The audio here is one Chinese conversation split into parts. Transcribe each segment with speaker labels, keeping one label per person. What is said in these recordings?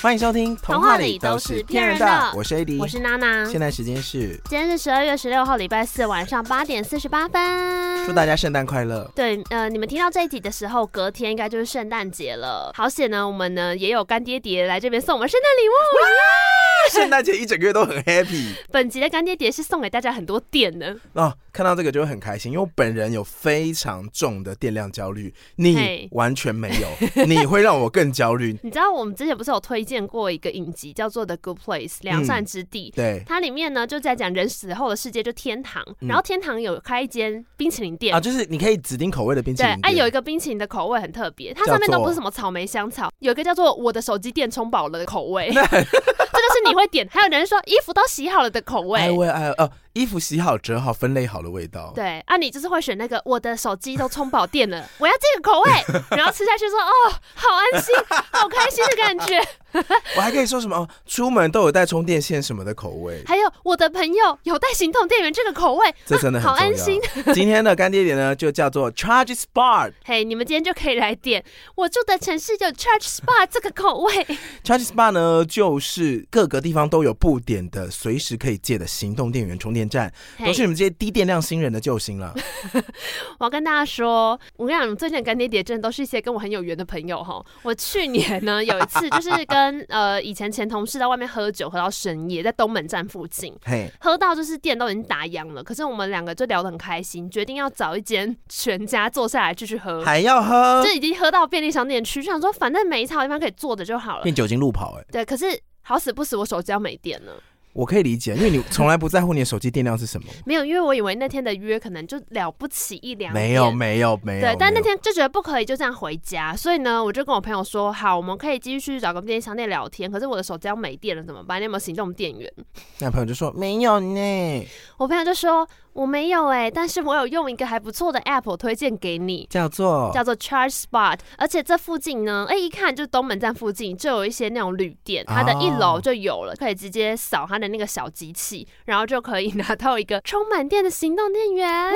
Speaker 1: 欢迎收听《
Speaker 2: 童话里都是骗人的
Speaker 1: 我是 AD，
Speaker 2: 我是娜娜。
Speaker 1: 现在时间是
Speaker 2: 今天是十二月十六号，礼拜四晚上八点四十八分。
Speaker 1: 祝大家圣诞快 乐。
Speaker 2: 对，呃，你们听到这一集的时候，隔天应该就是圣诞节了。好险呢，我们呢也有干爹爹来这边送我们圣诞礼物。
Speaker 1: 圣诞节一整个月都很 happy
Speaker 2: 本集的干爹爹是送给大家很多电的，
Speaker 1: 哦，看到这个就会很开心，因为我本人有非常重的电量焦虑，你
Speaker 2: 嘿
Speaker 1: 完全没有， 你会让我更焦虑。
Speaker 2: 你知道我们之前不是有推荐过一个影集叫做《The Good Place》良善之地。
Speaker 1: 对
Speaker 2: 它里面呢，就在讲人死后的世界，就天堂。
Speaker 1: 嗯
Speaker 2: 然后天堂有开一间冰淇淋店
Speaker 1: 啊，就是你可以指定口味的冰淇
Speaker 2: 对
Speaker 1: 淋，
Speaker 2: 哎、
Speaker 1: 店
Speaker 2: 有一个冰淇淋的口味很特别，它
Speaker 1: 叫
Speaker 2: 上面都
Speaker 1: 做
Speaker 2: 不是什么草莓香草，有一个叫做“我的手机电充饱了”的口 味，这就是你会点。还有人说衣服都洗好了的口味
Speaker 1: 爱，味爱哦，衣服洗好、折好、分类好的味道。
Speaker 2: 对，啊，你就是会选那个“我的手机都充饱电了，我要 这个口味”，然后吃下去说：“哦，好安心，好开心的感 觉。
Speaker 1: 我还可以说什么哦，出门都有带充电线什么的口味”，
Speaker 2: 还有我的朋友有带行动电源这个口味，
Speaker 1: 这真的
Speaker 2: 啊
Speaker 1: 很
Speaker 2: 好安
Speaker 1: 重
Speaker 2: 心
Speaker 1: 要。今天的干爹点呢，就叫做 Charge Spot。
Speaker 2: 嘿你们今天就可以来点。我住的城市有 Church Spa 这个口味，
Speaker 1: Charge Spa 呢，就是各个地方都有布点的，随时可以借的行动电源充电站，
Speaker 2: 嘿
Speaker 1: 都是你们这些低电量新人的救星 了。
Speaker 2: 我要跟大家说，我跟你讲，最近的干爹爹真的都是一些跟我很有缘的朋友哈。我去年呢有一次就是 跟呃以前前同事在外面喝酒，喝到深夜，在东门站附近。
Speaker 1: 嘿，
Speaker 2: 喝到就是店都已经打烊了，可是我们两个就聊得很开心，决定要找一间全家坐下来继续喝，
Speaker 1: 还要喝
Speaker 2: 就，已经喝到便利商店去，就想说反正每一场地方可以坐着就好了。
Speaker 1: 变酒精路跑哎、欸
Speaker 2: 对，可是好死不死我手机要没电了，
Speaker 1: 我可以理解，因为你从来不在乎你的手机电量是什么。
Speaker 2: 没有，因为我以为那天的约可能就了不起一两点，
Speaker 1: 没有，没有，没有。
Speaker 2: 对，但
Speaker 1: 没
Speaker 2: 那
Speaker 1: 有
Speaker 2: 天就觉得不可以就这样回家，所以呢，我就跟我朋友说，好，我们可以继续去找个便利商店聊天，可是我的手机要没电了，怎么办？你有没有行动电源？
Speaker 1: 那朋友就说没有呢，
Speaker 2: 我朋友就说我没有哎、但是我有用一个还不错的 app，我推荐给你。
Speaker 1: 叫做
Speaker 2: 叫做 Charge Spot，而且这附近呢，哎、一看就是东门站附近就有一些那种旅店，它的一
Speaker 1: 啊
Speaker 2: 楼就有了，可以直接扫它的那个小机器，然后就可以 拿到一个充满电的行动电源。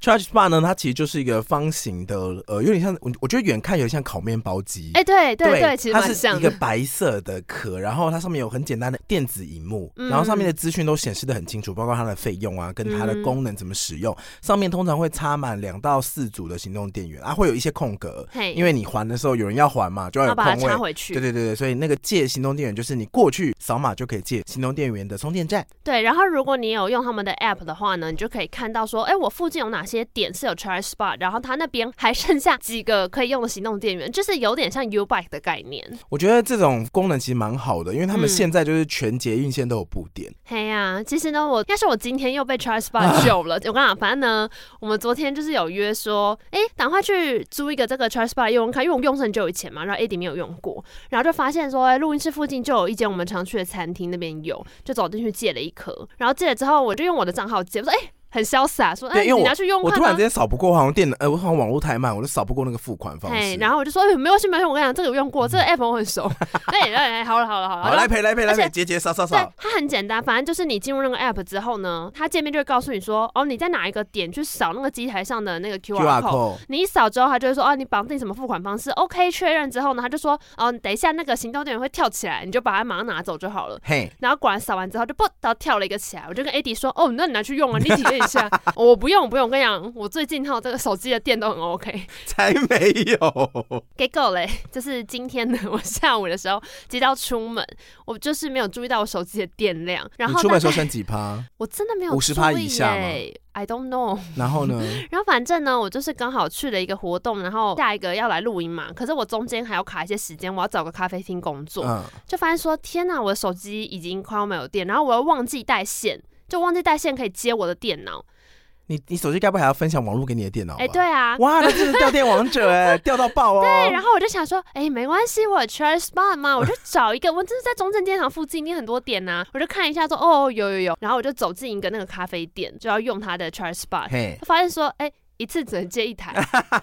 Speaker 1: Charge Spa 呢，它其实就是一个方形的，呃，有点像，我我觉得远看有点像烤面包机。
Speaker 2: 哎、对对对，其实
Speaker 1: 它
Speaker 2: 蛮
Speaker 1: 是
Speaker 2: 像
Speaker 1: 一个
Speaker 2: 的。
Speaker 1: 白色的壳，然后它上面有很简单的电子荧幕，
Speaker 2: 嗯
Speaker 1: 然后上面的资讯都显示的很清楚，包括它的费用啊，跟它的
Speaker 2: 嗯
Speaker 1: 功能怎么使用。上面通常会插满两到四组的行动电源，啊，会有一些空格，
Speaker 2: 嘿
Speaker 1: 因为你还的时候有人要还嘛，就要有
Speaker 2: 要哦把它
Speaker 1: 空
Speaker 2: 插
Speaker 1: 位。
Speaker 2: 回去。
Speaker 1: 对对对对，所以那个借行动电源就是你过去扫码就可以借行动电源的充电站。
Speaker 2: 对，然后如果你有用他们的 app 的话呢，你就可以看到说，哎，我附近有哪些点是有 charge spot，然后它那边还剩下几个可以用的行动电源，就是有点像 U bike 的概念。
Speaker 1: 我觉得这种功能其实蛮好的，因为他们
Speaker 2: 嗯
Speaker 1: 现在就是全捷运线都有布点。
Speaker 2: 嘿呀、其实呢，我但是我今天 又被 charge spot 救了。我跟你讲，反正呢，我们昨天就是有约说，哎，赶快去租一个这个 charge spot 用用看，因为我用是很久以前嘛，然后 AD 没有用过，然后就发现说，哎，录音室附近就有一间我们常去的餐厅，那边有，就走进去借了一颗，然后借了之后，我就用我的账号借，我说，哎。很潇洒，说哎，
Speaker 1: 对因为
Speaker 2: 你拿去用
Speaker 1: 我
Speaker 2: 看
Speaker 1: 突
Speaker 2: 啊
Speaker 1: 然之间扫不过，好像电脑，呃，我好像网络太慢，我就扫不过那个付款方
Speaker 2: 哎，
Speaker 1: 式。
Speaker 2: 然后我就说，哎、没有系，没有系，我跟你讲，这个我用过，这个 app 我很熟。 哎哎，哎好了好了好了，
Speaker 1: 嗯好，
Speaker 2: 然
Speaker 1: 来
Speaker 2: 后
Speaker 1: 赔来赔来
Speaker 2: 而
Speaker 1: 赔，
Speaker 2: 且
Speaker 1: 结结扫扫
Speaker 2: 对
Speaker 1: 扫，，
Speaker 2: 它很简单，反正就是你进入那个 app 之后呢，它界面就会告诉你说，哦，你在哪一个点去扫那个机台上的那个 QR
Speaker 1: QR
Speaker 2: code。
Speaker 1: code。
Speaker 2: 你一扫之后，它就会说哦，你绑定什么付款方式？OK，确认之后呢，它就说哦，等一下那个行动电源会跳起来，你就把它马上拿走就好了。
Speaker 1: 嘿，
Speaker 2: 然后果然扫完之后就嘣，然后跳了一个起来，我就跟 AD 说哦，那你拿去用啊，你体验一 下。哦我不用，我不用，我跟你讲，我最近哈这个手机的电都很 OK。
Speaker 1: 才没有！
Speaker 2: 给狗嘞，就是今天呢，我下午的时候接到出门，我就是没有注意到我手机的电量，然
Speaker 1: 你
Speaker 2: 后
Speaker 1: 出门
Speaker 2: 大
Speaker 1: 的时候
Speaker 2: 概
Speaker 1: 剩几趴？
Speaker 2: 我真的没有
Speaker 1: 50%
Speaker 2: 注意
Speaker 1: 以下吗
Speaker 2: 耶 I don't know。
Speaker 1: 然后呢？
Speaker 2: 然后反正呢，我就是刚好去了一个活动，然后下一个要来录音嘛。可是我中间还要卡一些时间，我要找个咖啡厅工作，
Speaker 1: 嗯，
Speaker 2: 就发现说天哪，我的手机已经快要没有电，然后我又忘记带线，就忘记带线可以接我的电脑。
Speaker 1: 你你手机该不会还要分享网络给你的电脑吧？
Speaker 2: 哎、对啊，
Speaker 1: 哇，那真是掉电王 者哎，掉到爆哦！
Speaker 2: 对，然后我就想说，哎、没关系，我有 Charge Spot 嘛，我就找一个，我就是在中正电厂附近，一定很多点呐、我就看一下说，哦，有有有，然后我就走进一个那个咖啡店，就要用它的 Charge Spot，
Speaker 1: 嘿，
Speaker 2: 发现说，哎、一次只能借 一台，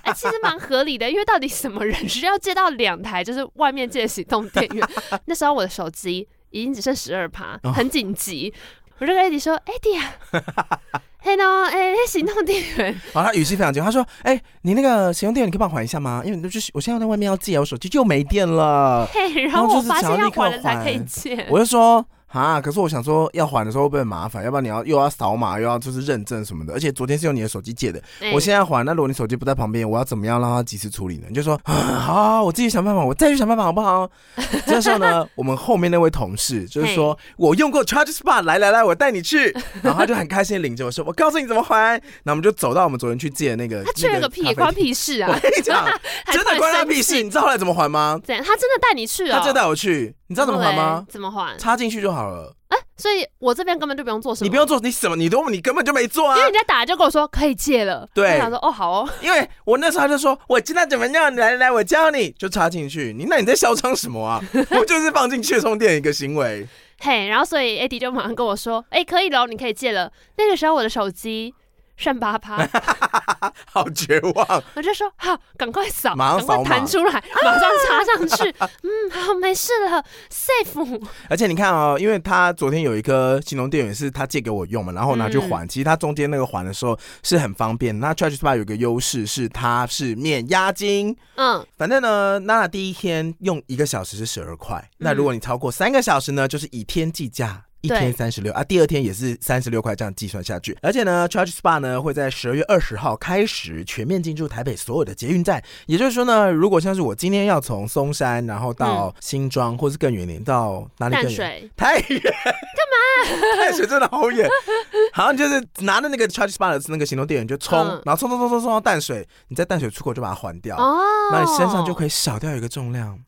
Speaker 2: 哎、其实蛮合理的，因为到底什么人需要借到两台，就是外面借行动电 源。那时候我的手机
Speaker 1: 哦
Speaker 2: 已经只剩十二趴，很紧急，我就跟 Eddie 说，Eddie 哎啊，嘿，那呦，哎、行动电源，
Speaker 1: 然后他语气非常急，他说：“哎、你那个使用电源，你可以帮我还一下吗？因为就是我现在在外面要啊借，我手机就没电 了。
Speaker 2: 嘿，然
Speaker 1: 然后
Speaker 2: 后我
Speaker 1: 就是
Speaker 2: 发
Speaker 1: 想要
Speaker 2: 现要
Speaker 1: 立刻
Speaker 2: 还了才可以
Speaker 1: 还
Speaker 2: 借”，
Speaker 1: 我就说：“啊，可是我想说要还的时候会不会很麻烦？要不然你要又要扫码，又要就是认证什么的。而且昨天是用你的手机借的，
Speaker 2: 哎
Speaker 1: 我现在还。那如果你手机不在旁边，我要怎么样让它及时处理呢？”你就说：“ 啊，好好，好我自己想办法，我再去想办法，好不好？” 这时候呢，我们后面那位同事就是说：“我用过 Charge Spot，来来来，我带你 去。”然后他就很开心地领着我说：“我告诉你怎么还。”然后我们就走到我们昨天去借的那个，
Speaker 2: 他去了个
Speaker 1: 那
Speaker 2: 屁，
Speaker 1: 咖啡厅
Speaker 2: 关屁事
Speaker 1: 我
Speaker 2: 啊！
Speaker 1: 跟你 讲，
Speaker 2: 还
Speaker 1: 真的
Speaker 2: 突然
Speaker 1: 关他
Speaker 2: 生
Speaker 1: 屁
Speaker 2: 气
Speaker 1: 事。你知道后来怎么还吗？
Speaker 2: 怎样？他真的带你去啊、
Speaker 1: 他就带我去，你知道怎么还
Speaker 2: 然后嘞
Speaker 1: 吗？
Speaker 2: 怎么还？
Speaker 1: 插进去就好了，
Speaker 2: 所以我这边根本就不用做什么，
Speaker 1: 你不用做，你什么你都你根本就没做啊
Speaker 2: 因为！人家打来就跟我说可以借了，
Speaker 1: 对
Speaker 2: 我想说哦好哦，
Speaker 1: 因为我那时候他就说，我知道怎么样，来来，我教你，就插进去。你那你在嚣张什么啊？我就是放进去充电一个行为。
Speaker 2: 嘿，然后所以 AD 就马上跟我说，哎、可以了，你可以借了。那个时候我的手机剩八趴，
Speaker 1: 好绝望，
Speaker 2: 我就说好，赶快扫，
Speaker 1: 马上
Speaker 2: 赶快
Speaker 1: 扫码
Speaker 2: 弹出来，马上插上去，嗯，好，没事了，safe。
Speaker 1: 而且你看哦，因为他昨天有一颗行动电源是他借给我用嘛，然后我拿去还。其实他中间那个还的时候是很方便。那 Charge Spot 有一个优势是它是免押金，
Speaker 2: 嗯，
Speaker 1: 反正呢，娜娜第一天用一个小时是十二块，
Speaker 2: 嗯
Speaker 1: 那如果你超过三个小时呢，就是以天计价。一
Speaker 2: 对
Speaker 1: 天三十六啊，第二天也是三十六块，这样计算下去。而且呢，Charge Spa 呢会在十二月二十号开始全面进驻台北所有的捷运站，也就是说呢，如果像是我今天要从松山，然后到新庄，或是更远一点到哪里
Speaker 2: 嗯
Speaker 1: 更
Speaker 2: 淡
Speaker 1: 远？
Speaker 2: 水，
Speaker 1: 太远，干嘛？ 太远真的好远。好，你就是拿着那个 Charge Spa 的那个行动电源就冲，
Speaker 2: 嗯
Speaker 1: 然后冲冲冲冲冲到淡水，你在淡水出口就把它还掉。
Speaker 2: 哦，
Speaker 1: 那你身上就可以少掉一个重量。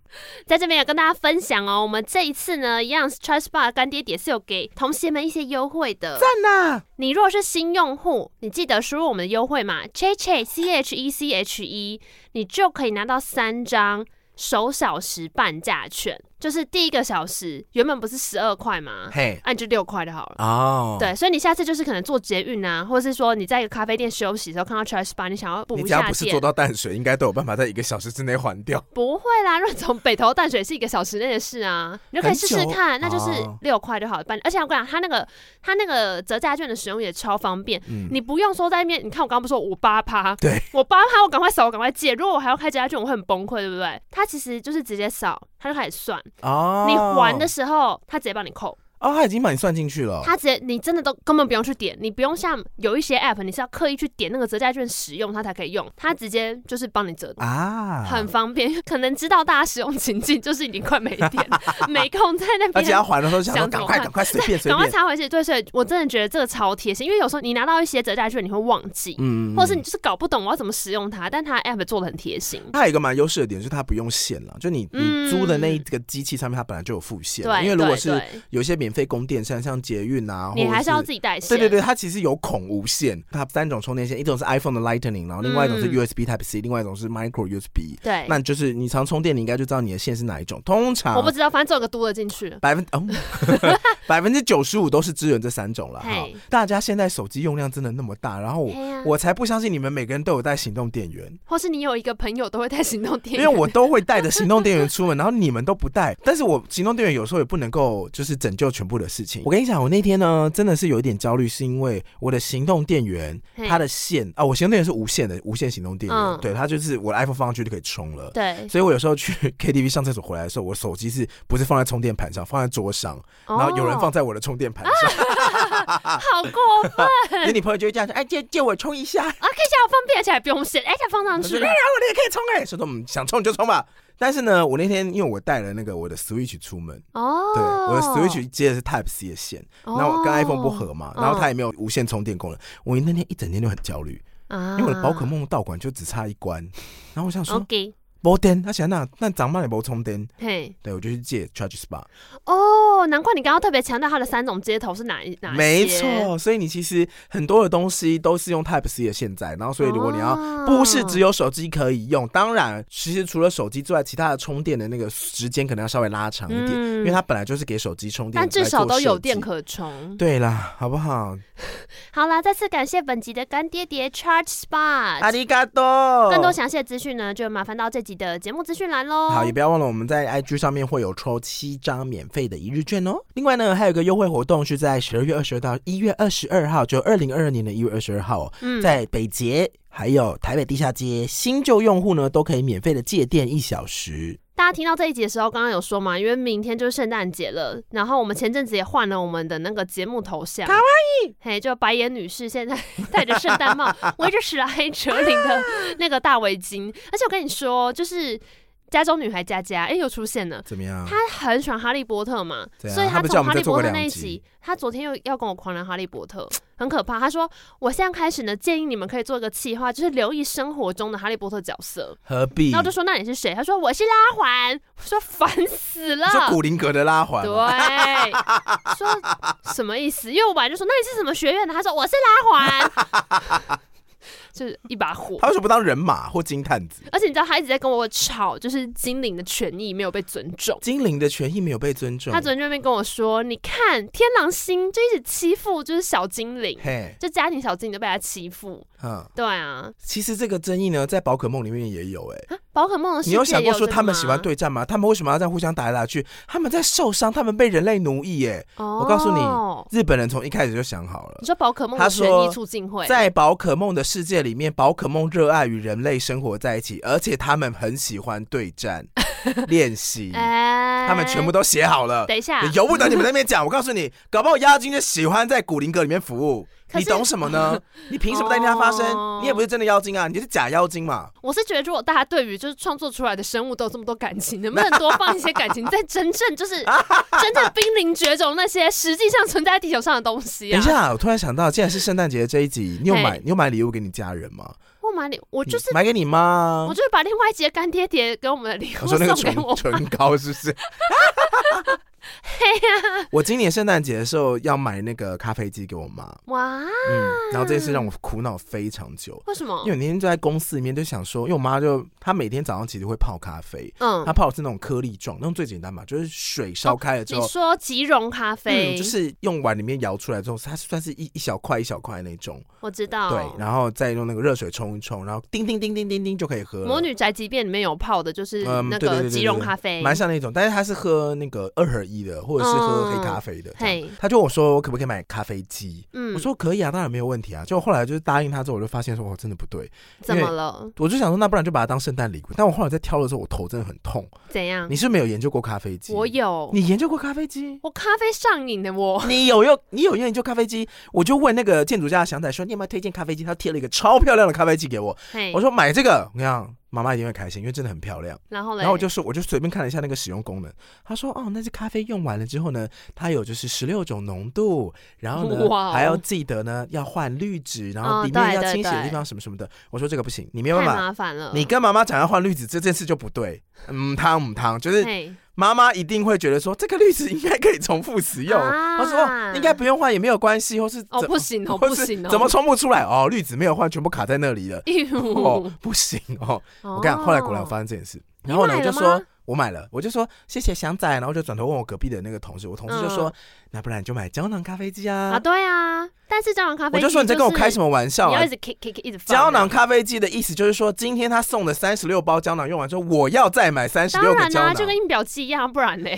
Speaker 2: 在这边也跟大家分享哦，我们这一次呢，一样 Trust Bar 干爹也是有给同学们一些优惠的。
Speaker 1: 赞呐！
Speaker 2: 你如果是新用户，你记得输入我们的优惠码 Che Che C H E C H E，你就可以拿到三张首小时半价券，就是第一个小时原本不是十二块吗？
Speaker 1: 嘿，
Speaker 2: 按就六块就好了。
Speaker 1: 哦，，
Speaker 2: 对，所以你下次就是可能坐捷运啊，或者是说你在一个咖啡店休息的时候看到 Trash Bar，你想要补
Speaker 1: 你
Speaker 2: 一
Speaker 1: 只要
Speaker 2: 下
Speaker 1: 不是做
Speaker 2: 电，
Speaker 1: 到淡水，应该都有办法在一个小时之内还掉。
Speaker 2: 不会啦，因 为从北投淡水是一个小时内的事啊，你就可以试试看，
Speaker 1: 很久
Speaker 2: 那就是
Speaker 1: 哦
Speaker 2: 六块就好了。半而且我跟你讲，它那个它那个折价券的使用也超方便，
Speaker 1: 嗯，
Speaker 2: 你不用说在那边，你看我刚刚不是说我八趴，
Speaker 1: 对
Speaker 2: 我八趴，我赶快扫，我赶快借。如果我还要开折价券，我会很崩溃，对不对？它其实就是直接扫，它就开始算。
Speaker 1: 哦，
Speaker 2: 你还的时候，它直接帮你扣，
Speaker 1: 哦，他已经把你算进去了。
Speaker 2: 它直接你真的都根本不用去点，你不用像有一些 app，你是要刻意去点那个折价券使用它才可以用，它直接就是帮你折。
Speaker 1: 啊，
Speaker 2: 很方便， 可能知道大家使用情境就是已经快没电， 没空在那
Speaker 1: 而
Speaker 2: 边
Speaker 1: 且要还的时候想说
Speaker 2: 想怎
Speaker 1: 赶
Speaker 2: 么
Speaker 1: 快
Speaker 2: 办
Speaker 1: 赶快随便随
Speaker 2: 赶快
Speaker 1: 便，
Speaker 2: 插回去。对，所以我真的觉得这个超贴心，因为有时候你拿到一些折价券，你会忘记，
Speaker 1: 嗯
Speaker 2: 或者是你就是搞不懂我要怎么使用它，但它的 app 做的很贴心。
Speaker 1: 它有一个蛮优势的点，就是它不用线了，就你你
Speaker 2: 嗯
Speaker 1: 租的那一个机器上面它本来就有附线了，
Speaker 2: 对，
Speaker 1: 因为如果
Speaker 2: 对
Speaker 1: 是
Speaker 2: 对
Speaker 1: 有一些免费供电站，像捷运啊，
Speaker 2: 你
Speaker 1: 或者
Speaker 2: 还是要自己带线。
Speaker 1: 对对对，它其实有孔无线，它三种充电线，一种是 iPhone 的 Lightning，然后另外一种是
Speaker 2: 嗯
Speaker 1: USB Type C，、另外一种是 Micro USB。
Speaker 2: 对
Speaker 1: 那啊就是你常充电，你应该就知道你的线是哪一种。通常
Speaker 2: 我不知道，反正这个嘟了进去了。
Speaker 1: 百分哦， 百分之九十五都是支援这三种了哈
Speaker 2: 嘿。
Speaker 1: 大家现在手机用量真的那么大，然后哦我、
Speaker 2: 嘿呀
Speaker 1: 我才不相信你们每个人都有带行动电源，
Speaker 2: 或是你有一个朋友都会带行动电
Speaker 1: 因
Speaker 2: 源，
Speaker 1: 为我都会带着行动电源出门，然后你们都不带。但是我行动电源有时候也不能够就是拯救全部的事情。我跟你讲，我那天呢真的是有一点焦虑，是因为我的行动电源
Speaker 2: 嘿
Speaker 1: 它的线啊，我行动电源是无线的，无线行动电源，
Speaker 2: 嗯
Speaker 1: 对，它就是我的 iPhone 放上去就可以充了。
Speaker 2: 对，
Speaker 1: 所以我有时候去 KTV 上厕所回来的时候，我手机是不是放在充电盘上，放在桌上，然后有人放
Speaker 2: 哦，
Speaker 1: 在我的充电盘 上，
Speaker 2: 好过 分
Speaker 1: 那、你朋友就会这样说：“哎，借借我充一下。
Speaker 2: 啊！看起来好方便，而且还不用线，哎，它放上
Speaker 1: 我说”
Speaker 2: 去
Speaker 1: 哎，然，后我那个可以充哎、说说嗯，想充就充吧。但是呢，我那天因为我带了那个我的 Switch 出门，
Speaker 2: 哦，
Speaker 1: 对，我的 Switch 接的是 Type C 的线，
Speaker 2: 哦，
Speaker 1: 然后我跟 iPhone 不合嘛，
Speaker 2: 嗯
Speaker 1: 然后它也没有无线充电功能，我那天一整天都很焦虑，
Speaker 2: 啊，
Speaker 1: 因为我的宝可梦道馆就只差一关，然后我想说，
Speaker 2: OK，
Speaker 1: 没电，他想那那长妈也没充电，
Speaker 2: 嘿，
Speaker 1: 对我就去借 Charge Spa，
Speaker 2: 哦，难怪你刚刚特别强调它的三种接头是哪一哪一些
Speaker 1: 没，错，所以你其实很多的东西都是用 Type C 的现在，然后所以如果你要
Speaker 2: 哦
Speaker 1: 不是只有手机可以用，当然其实除了手机之外，其他的充电的那个时间可能要稍微拉长一点，
Speaker 2: 嗯
Speaker 1: 因为它本来就是给手机充电，
Speaker 2: 但至少都有电
Speaker 1: 可。
Speaker 2: 可充。
Speaker 1: 对啦，好不好？
Speaker 2: 好啦，再次感谢本集的干爹爹 Charge Spot。
Speaker 1: 阿里嘎多，
Speaker 2: 更多详细的资讯呢，就麻烦到这集集的节目资讯栏喽。
Speaker 1: 好，也不要忘了我们在 IG 上面会有抽七张免费的一日券哦。另外呢，还有一个优惠活动是在十二月二十到一月二十二号，就二零二二年的一月二十二号、哦，
Speaker 2: 嗯
Speaker 1: 在北捷还有台北地下街，新旧用户呢都可以免费的借电一小时。
Speaker 2: 大家听到这一集的时候，刚刚有说嘛，因为明天就是圣诞节了，然后我们前阵子也换了我们的那个节目头像，卡哇伊，嘿，就白眼女士现在戴着圣诞帽，围着史莱哲林的 那个大围巾，而且我跟你说，就是加州女孩佳佳，哎、又出现了。
Speaker 1: 怎么样？
Speaker 2: 她很喜欢哈利波特嘛，
Speaker 1: 对啊
Speaker 2: 所以
Speaker 1: 她
Speaker 2: 她
Speaker 1: 不叫我
Speaker 2: 从
Speaker 1: 们
Speaker 2: 哈
Speaker 1: 再
Speaker 2: 利
Speaker 1: 做
Speaker 2: 波
Speaker 1: 个
Speaker 2: 特
Speaker 1: 两
Speaker 2: 那一
Speaker 1: 集
Speaker 2: 集，她昨天又要跟我狂聊哈利波特，很可怕。她说：“我现在开始呢，建议你们可以做一个企划，就是留意生活中的哈利波特角色。”
Speaker 1: 何必？
Speaker 2: 然后就说那你是谁？他说我是拉环，我说烦死了
Speaker 1: 你。说古灵阁的拉环啊
Speaker 2: 对
Speaker 1: 吗，，
Speaker 2: 说什么意思？因为我本来就说那你是什么学院的？他说我是拉环， 就是一把火。
Speaker 1: 他为什么不当人马或金探子？
Speaker 2: 而且你知道他一直在跟我吵，就是精灵的权益没有被尊重。
Speaker 1: 精灵的权益没有被尊重。
Speaker 2: 他昨天就在那边跟我说，你看天狼星就一直欺负就是小精灵，
Speaker 1: 嘿，
Speaker 2: 就家庭小精灵都被他欺负。
Speaker 1: 嗯，
Speaker 2: 对啊，
Speaker 1: 其实这个争议呢，在宝可梦里面也有哎、
Speaker 2: 啊宝可梦的世
Speaker 1: 你
Speaker 2: 界
Speaker 1: 有想过
Speaker 2: 也
Speaker 1: 说
Speaker 2: 这个
Speaker 1: 他们喜欢
Speaker 2: 吗？
Speaker 1: 对战吗？他们为什么要这样互相打来打去？他们在受伤，他们被人类奴役耶、
Speaker 2: 哦
Speaker 1: 我告诉你日本人从一开始就想好了
Speaker 2: 你，说宝可梦
Speaker 1: 他
Speaker 2: 的权
Speaker 1: 说
Speaker 2: 益促进会
Speaker 1: 在宝可梦的世界里面，宝可梦热爱与人类生活在一起，而且他们很喜欢对 战练习，
Speaker 2: 哎，
Speaker 1: 他们全部都写好了。
Speaker 2: 等一下，
Speaker 1: 由不得你们在那边讲，我告诉你，搞不好押金就喜欢在古灵阁里面服务，
Speaker 2: 可
Speaker 1: 你
Speaker 2: 是
Speaker 1: 懂什么呢？你凭什么代替他发
Speaker 2: 哦
Speaker 1: 声？你也不是真的妖精啊，你就是假妖精嘛。
Speaker 2: 我是觉得，如果大家对于就是创作出来的生物都有这么多感情，能不能多放一些感情在真正就是 真正濒临绝种那些实际上存在地球上的东西
Speaker 1: 等
Speaker 2: 啊
Speaker 1: 一？下，我突然想到，既然是圣诞节这一集，你有买
Speaker 2: 嘿
Speaker 1: 你有买礼物给你家人吗？
Speaker 2: 我买你，我就是
Speaker 1: 你嗯买给你妈啊
Speaker 2: 我。就是把另外一节干爹爹给我们的礼
Speaker 1: 嗯我
Speaker 2: 物
Speaker 1: 说那个
Speaker 2: 送
Speaker 1: 唇
Speaker 2: 给我
Speaker 1: 唇膏是不 是？我今年圣诞节的时候要买那个咖啡机给我妈，
Speaker 2: 哇，
Speaker 1: 嗯，然后这件事让我苦恼非常久，
Speaker 2: 为什么
Speaker 1: 因为？我那天就在公司里面就想说，因为我妈就她每天早上其实会泡咖啡，
Speaker 2: 嗯
Speaker 1: 它，泡的是那种颗粒状，那种最简单嘛，就是水烧开了之
Speaker 2: 你
Speaker 1: 后，
Speaker 2: 说即溶咖啡，
Speaker 1: 嗯，就是用碗里面摇出来之后，它算是一一小块一小块那种，
Speaker 2: 我知道，
Speaker 1: 对，然后再用那个热水冲一冲，然后叮叮叮叮叮叮就可以喝了，
Speaker 2: 魔女宅急便里面有泡的，就是
Speaker 1: 嗯
Speaker 2: 那
Speaker 1: 对对对
Speaker 2: 个
Speaker 1: 对
Speaker 2: 即
Speaker 1: 对
Speaker 2: 溶
Speaker 1: 对
Speaker 2: 咖啡，
Speaker 1: 蛮像那种，但是他是喝那个二合一的，或者是喝黑咖啡的。
Speaker 2: 哦嘿，
Speaker 1: 他就问我说我可不可以买咖啡机？
Speaker 2: 嗯，
Speaker 1: 我说可以啊，当然没有问题啊。就后来就是答应他之后，我就发现说我哦真的不对，
Speaker 2: 怎
Speaker 1: 因
Speaker 2: 么
Speaker 1: 为
Speaker 2: 了？
Speaker 1: 我就想说那不然就把它当圣诞礼物。但我后来在挑的时候，我头真的很痛。
Speaker 2: 怎样
Speaker 1: 你？是没有研究过咖啡机？
Speaker 2: 嗯我，有，
Speaker 1: 你研究过咖啡机？
Speaker 2: 我咖啡上瘾的我。
Speaker 1: 你有用？你有研究咖啡机？我就问那个建筑家的祥仔说你有没有推荐咖啡机？他贴了一个超漂亮的咖啡机给我，
Speaker 2: 嘿
Speaker 1: 我说买这个，我跟你讲，妈妈一定会开心，因为真的很漂亮。
Speaker 2: 然后嘞，
Speaker 1: 然后我就说，我就随便看了一下那个使用功能，他说，哦，那是咖啡用完了之后呢，它有就是十六种浓度，然后呢、
Speaker 2: 哇哦
Speaker 1: 还要记得呢要换滤纸，然后
Speaker 2: 哦
Speaker 1: 里面
Speaker 2: 对
Speaker 1: 要
Speaker 2: 对
Speaker 1: 清洗的地
Speaker 2: 对
Speaker 1: 方什么什么的。我说这个不行，你没有
Speaker 2: 太
Speaker 1: 办法，
Speaker 2: 麻烦了。
Speaker 1: 你跟妈妈讲要换滤纸这件事就不对，嗯汤嗯汤，就是
Speaker 2: 嘿
Speaker 1: 妈妈一定会觉得说这个滤纸应该可以重复使用，
Speaker 2: 啊
Speaker 1: 我说、哦、应该不用换也没有关系，或是
Speaker 2: 哦
Speaker 1: 怎
Speaker 2: 不行哦
Speaker 1: 或
Speaker 2: 不
Speaker 1: 是
Speaker 2: 行哦，
Speaker 1: 怎么冲 不出来哦，滤纸没有换，全部卡在那 里了，
Speaker 2: 义
Speaker 1: 哦
Speaker 2: 务？
Speaker 1: 不行哦。
Speaker 2: 我
Speaker 1: 我跟你讲，后来果然我发生这件事，
Speaker 2: 哦你
Speaker 1: 然后呢，
Speaker 2: 买
Speaker 1: 我就
Speaker 2: 了
Speaker 1: 说
Speaker 2: 吗
Speaker 1: 我买了，我就说谢谢祥仔，然后就转头问我隔壁的那个同事，我同事就说、那不然你就买胶囊咖啡机啊，
Speaker 2: 嗯啊，对啊，但是胶囊咖啡
Speaker 1: 我
Speaker 2: 机
Speaker 1: 就说你在跟我开什
Speaker 2: 么
Speaker 1: 么玩笑
Speaker 2: 你
Speaker 1: 啊
Speaker 2: 要一。直 kick kick kick，一直放
Speaker 1: 胶囊。咖啡机的意思就是说，今天他送的三十六包胶囊用完之后，我要再买三十
Speaker 2: 当
Speaker 1: 六个
Speaker 2: 然
Speaker 1: 胶
Speaker 2: 啦、
Speaker 1: 囊。
Speaker 2: 就跟印表机一样，不 然嘞，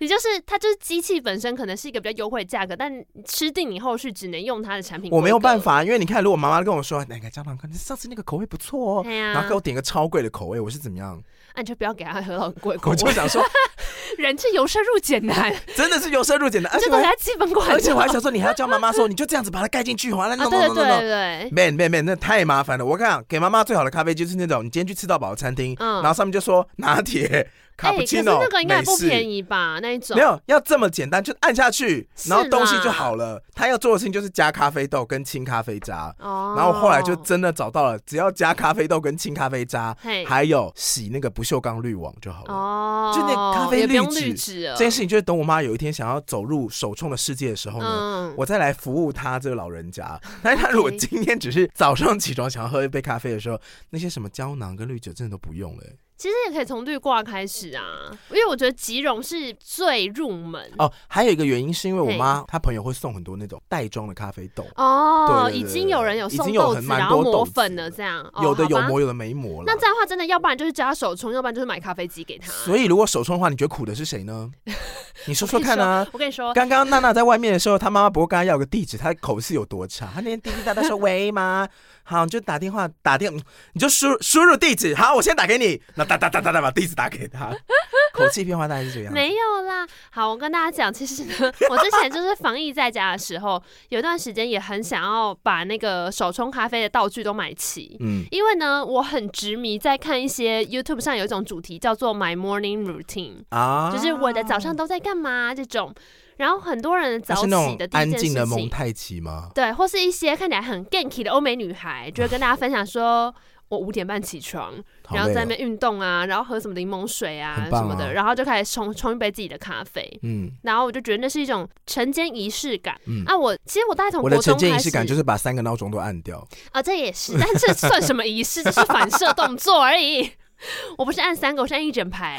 Speaker 2: 你就是它就是机器本身可能是一个比较优惠价格，但吃定你后续只能用它的产品。
Speaker 1: 我没有办
Speaker 2: 法，
Speaker 1: 法，因为你看，如果妈妈跟我说哪个胶囊咖啡，上次那个口味不错哦，
Speaker 2: 对呀、
Speaker 1: 然后
Speaker 2: 啊
Speaker 1: 给，我点个超贵的口味，我是怎么样？
Speaker 2: 那、你就不要给他喝到很贵的口
Speaker 1: 我就
Speaker 2: 味，
Speaker 1: 想说，
Speaker 2: 人是由奢入俭难，
Speaker 1: 真的是由奢入俭难， 而
Speaker 2: 这
Speaker 1: 且
Speaker 2: 都
Speaker 1: 我
Speaker 2: 是
Speaker 1: 还
Speaker 2: 他基本款的。
Speaker 1: 而且我还想说，你还要叫妈妈说，你就这样子把它盖进去，完了，
Speaker 2: 啊，
Speaker 1: 弄
Speaker 2: 对
Speaker 1: 弄
Speaker 2: 对
Speaker 1: 弄弄
Speaker 2: 对
Speaker 1: 弄。
Speaker 2: 对，
Speaker 1: man man man，那太麻烦了。我跟你讲，给妈妈最好的咖啡就是那种，你今天去吃到饱的餐厅，
Speaker 2: 嗯
Speaker 1: 然后上面就说拿铁、卡
Speaker 2: 哎，
Speaker 1: 布
Speaker 2: 可
Speaker 1: 奇
Speaker 2: 是
Speaker 1: 诺
Speaker 2: 那个应该也不便
Speaker 1: 宜。
Speaker 2: 宜吧？那一种
Speaker 1: 没有，要这么简单，就按下去，
Speaker 2: 是啦
Speaker 1: 然后东西就好了。他要做的事情就是加咖啡豆跟清咖啡渣。
Speaker 2: 哦。
Speaker 1: 然后后来就真的找到了，只要加咖啡豆跟清咖啡渣，
Speaker 2: 嘿
Speaker 1: 还有洗那个不锈钢滤网就好了。
Speaker 2: 哎哦，
Speaker 1: 就那咖啡
Speaker 2: 也不
Speaker 1: 滤
Speaker 2: 用
Speaker 1: 纸
Speaker 2: 滤纸了，
Speaker 1: 这件事情就是等我妈有一天想要走入手冲的世界的时候呢，
Speaker 2: 嗯，
Speaker 1: 我再来服务他这个老人家。 但是他
Speaker 2: OK
Speaker 1: 如果今天只是早上起床想要喝一杯咖啡的时候，那些什么胶囊跟绿酒真的都不用了、欸
Speaker 2: 其实也可以从绿挂开始啊，因为我觉得吉绒是最入门
Speaker 1: 哦，还有一个原因是因为我妈她朋友会送很多那种袋装的咖啡豆，
Speaker 2: 哦，
Speaker 1: 对对对
Speaker 2: 已
Speaker 1: 对
Speaker 2: 经有人有
Speaker 1: 已
Speaker 2: 送
Speaker 1: 经有
Speaker 2: 豆
Speaker 1: 很
Speaker 2: 子，
Speaker 1: 蛮
Speaker 2: 然
Speaker 1: 多
Speaker 2: 后磨
Speaker 1: 豆子
Speaker 2: 粉
Speaker 1: 的
Speaker 2: 了这样，哦
Speaker 1: 有的有
Speaker 2: 好吧
Speaker 1: 磨，有的没磨了
Speaker 2: 那。这样的话，真的要不然就是加手冲，要不然就是买咖啡机给他。
Speaker 1: 所以如果手冲的话，你觉得苦的是谁 呢？你说说
Speaker 2: 我跟你
Speaker 1: 看啊！
Speaker 2: 我跟你说，
Speaker 1: 刚刚娜娜在外面的时候，她妈妈不会跟她要个地址，她口气有多差？她那天滴滴答答说喂妈， 好，你就打电话打电，你就输输入地址，好，我先打给你，那哒哒哒哒哒把地址打给 她，口气变化大概是这样。
Speaker 2: 没有啦，好，我跟大家讲，其实呢，我之前就是防疫在家的时候，有一段时间也很想要把那个手冲咖啡的道具都买齐。
Speaker 1: 嗯，
Speaker 2: 因为呢，我很执迷在看一些 YouTube 上有一种主题叫做 My Morning Routine，、
Speaker 1: 啊，
Speaker 2: 就是我的早上都在干嘛这种。然后很多人
Speaker 1: 她
Speaker 2: 早
Speaker 1: 是那
Speaker 2: 起
Speaker 1: 种
Speaker 2: 的第
Speaker 1: 安
Speaker 2: 一件
Speaker 1: 静的
Speaker 2: 事
Speaker 1: 蒙
Speaker 2: 情，
Speaker 1: 太奇吗？
Speaker 2: 对，或是一些看起来很 ganky 的欧美女孩，就会跟大家分享说，我五点半起床，
Speaker 1: 好
Speaker 2: 然后
Speaker 1: 累
Speaker 2: 在那
Speaker 1: 哦
Speaker 2: 边运动啊，然后喝什么柠檬水啊
Speaker 1: 很棒
Speaker 2: 什么的，
Speaker 1: 啊
Speaker 2: 然后就开始冲冲一杯自己的咖啡。
Speaker 1: 嗯
Speaker 2: 然后我就觉得那是一种晨间仪式感、
Speaker 1: 嗯。
Speaker 2: 啊！我其实我大概从
Speaker 1: 我
Speaker 2: 国
Speaker 1: 的
Speaker 2: 中
Speaker 1: 晨间
Speaker 2: 开
Speaker 1: 仪
Speaker 2: 始
Speaker 1: 式感就是把三个闹钟都按掉，
Speaker 2: 啊，这也是，但这算什么仪式？这是反射动作而已。 我不是按三个，我是按一整 排。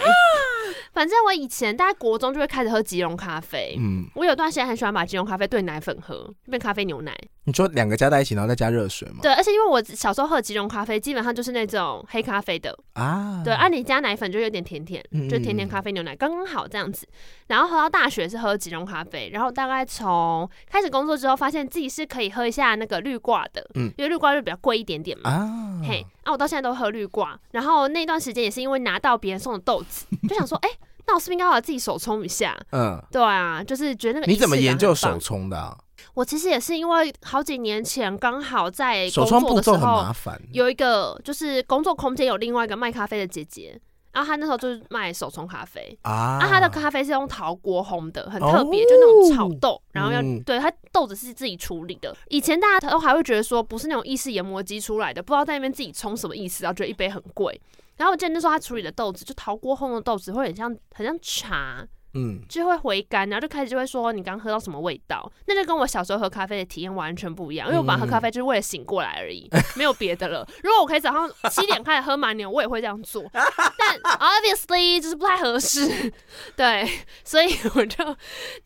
Speaker 2: 反正我以前大概国中就会开始喝吉隆咖啡，
Speaker 1: 嗯，
Speaker 2: 我有段时间很喜欢把吉隆咖啡兑奶粉喝，就变咖啡牛奶。
Speaker 1: 你说两个加在一起，然后再加热水吗？
Speaker 2: 对，而且因为我小时候喝吉隆咖啡，基本上就是那种黑咖啡的，
Speaker 1: 啊，
Speaker 2: 对，啊，你加奶粉就有点甜甜，
Speaker 1: 嗯
Speaker 2: 就甜甜咖啡牛奶刚刚好这样子。然后喝到大学是喝集中咖啡，然后大概从开始工作之后，发现自己是可以喝一下那个绿挂的，
Speaker 1: 嗯
Speaker 2: 因为绿挂就比较贵一点点嘛。
Speaker 1: 啊，
Speaker 2: 嘿，啊，我到现在都喝绿挂，然后那段时间也是因为拿到别人送的豆子，就想说， 哎、那我是不是应该把自己手冲一下？
Speaker 1: 嗯，
Speaker 2: 对啊，就是觉得那个
Speaker 1: 你怎么
Speaker 2: 仪式感
Speaker 1: 研究
Speaker 2: 很
Speaker 1: 手
Speaker 2: 棒？
Speaker 1: 冲的啊？
Speaker 2: 我其实也是因为好几年前刚好在
Speaker 1: 手
Speaker 2: 哎
Speaker 1: 冲
Speaker 2: 工作
Speaker 1: 步
Speaker 2: 的时
Speaker 1: 骤很
Speaker 2: 候，
Speaker 1: 麻烦，
Speaker 2: 有一个就是工作空间有另外一个卖咖啡的姐姐，然后她那时候就是卖手冲咖啡。
Speaker 1: 啊，
Speaker 2: 啊，她的咖啡是用陶锅烘的，很
Speaker 1: 哦
Speaker 2: 特别，就那种炒豆，然后要、
Speaker 1: 嗯
Speaker 2: 对它豆子是自己处理的。以前大家都还会觉得说，不是那种意式研磨机出来的，不知道在那边自己冲什么意思，然后觉得一杯很贵。然后我记得那时候她处理的豆子，就陶锅烘的豆子，会很像很像茶，
Speaker 1: 嗯，
Speaker 2: 就会回甘，然后就开始就会说你刚喝到什么味道，那就跟我小时候喝咖啡的体验完全不一样，因为我本来喝
Speaker 1: 嗯
Speaker 2: 咖啡就是为了醒过来 而已，没有别的了。如果我可以早上七点开始喝马牛，我也会这样 做，但 obviously 就是不太合适， 对，所以我就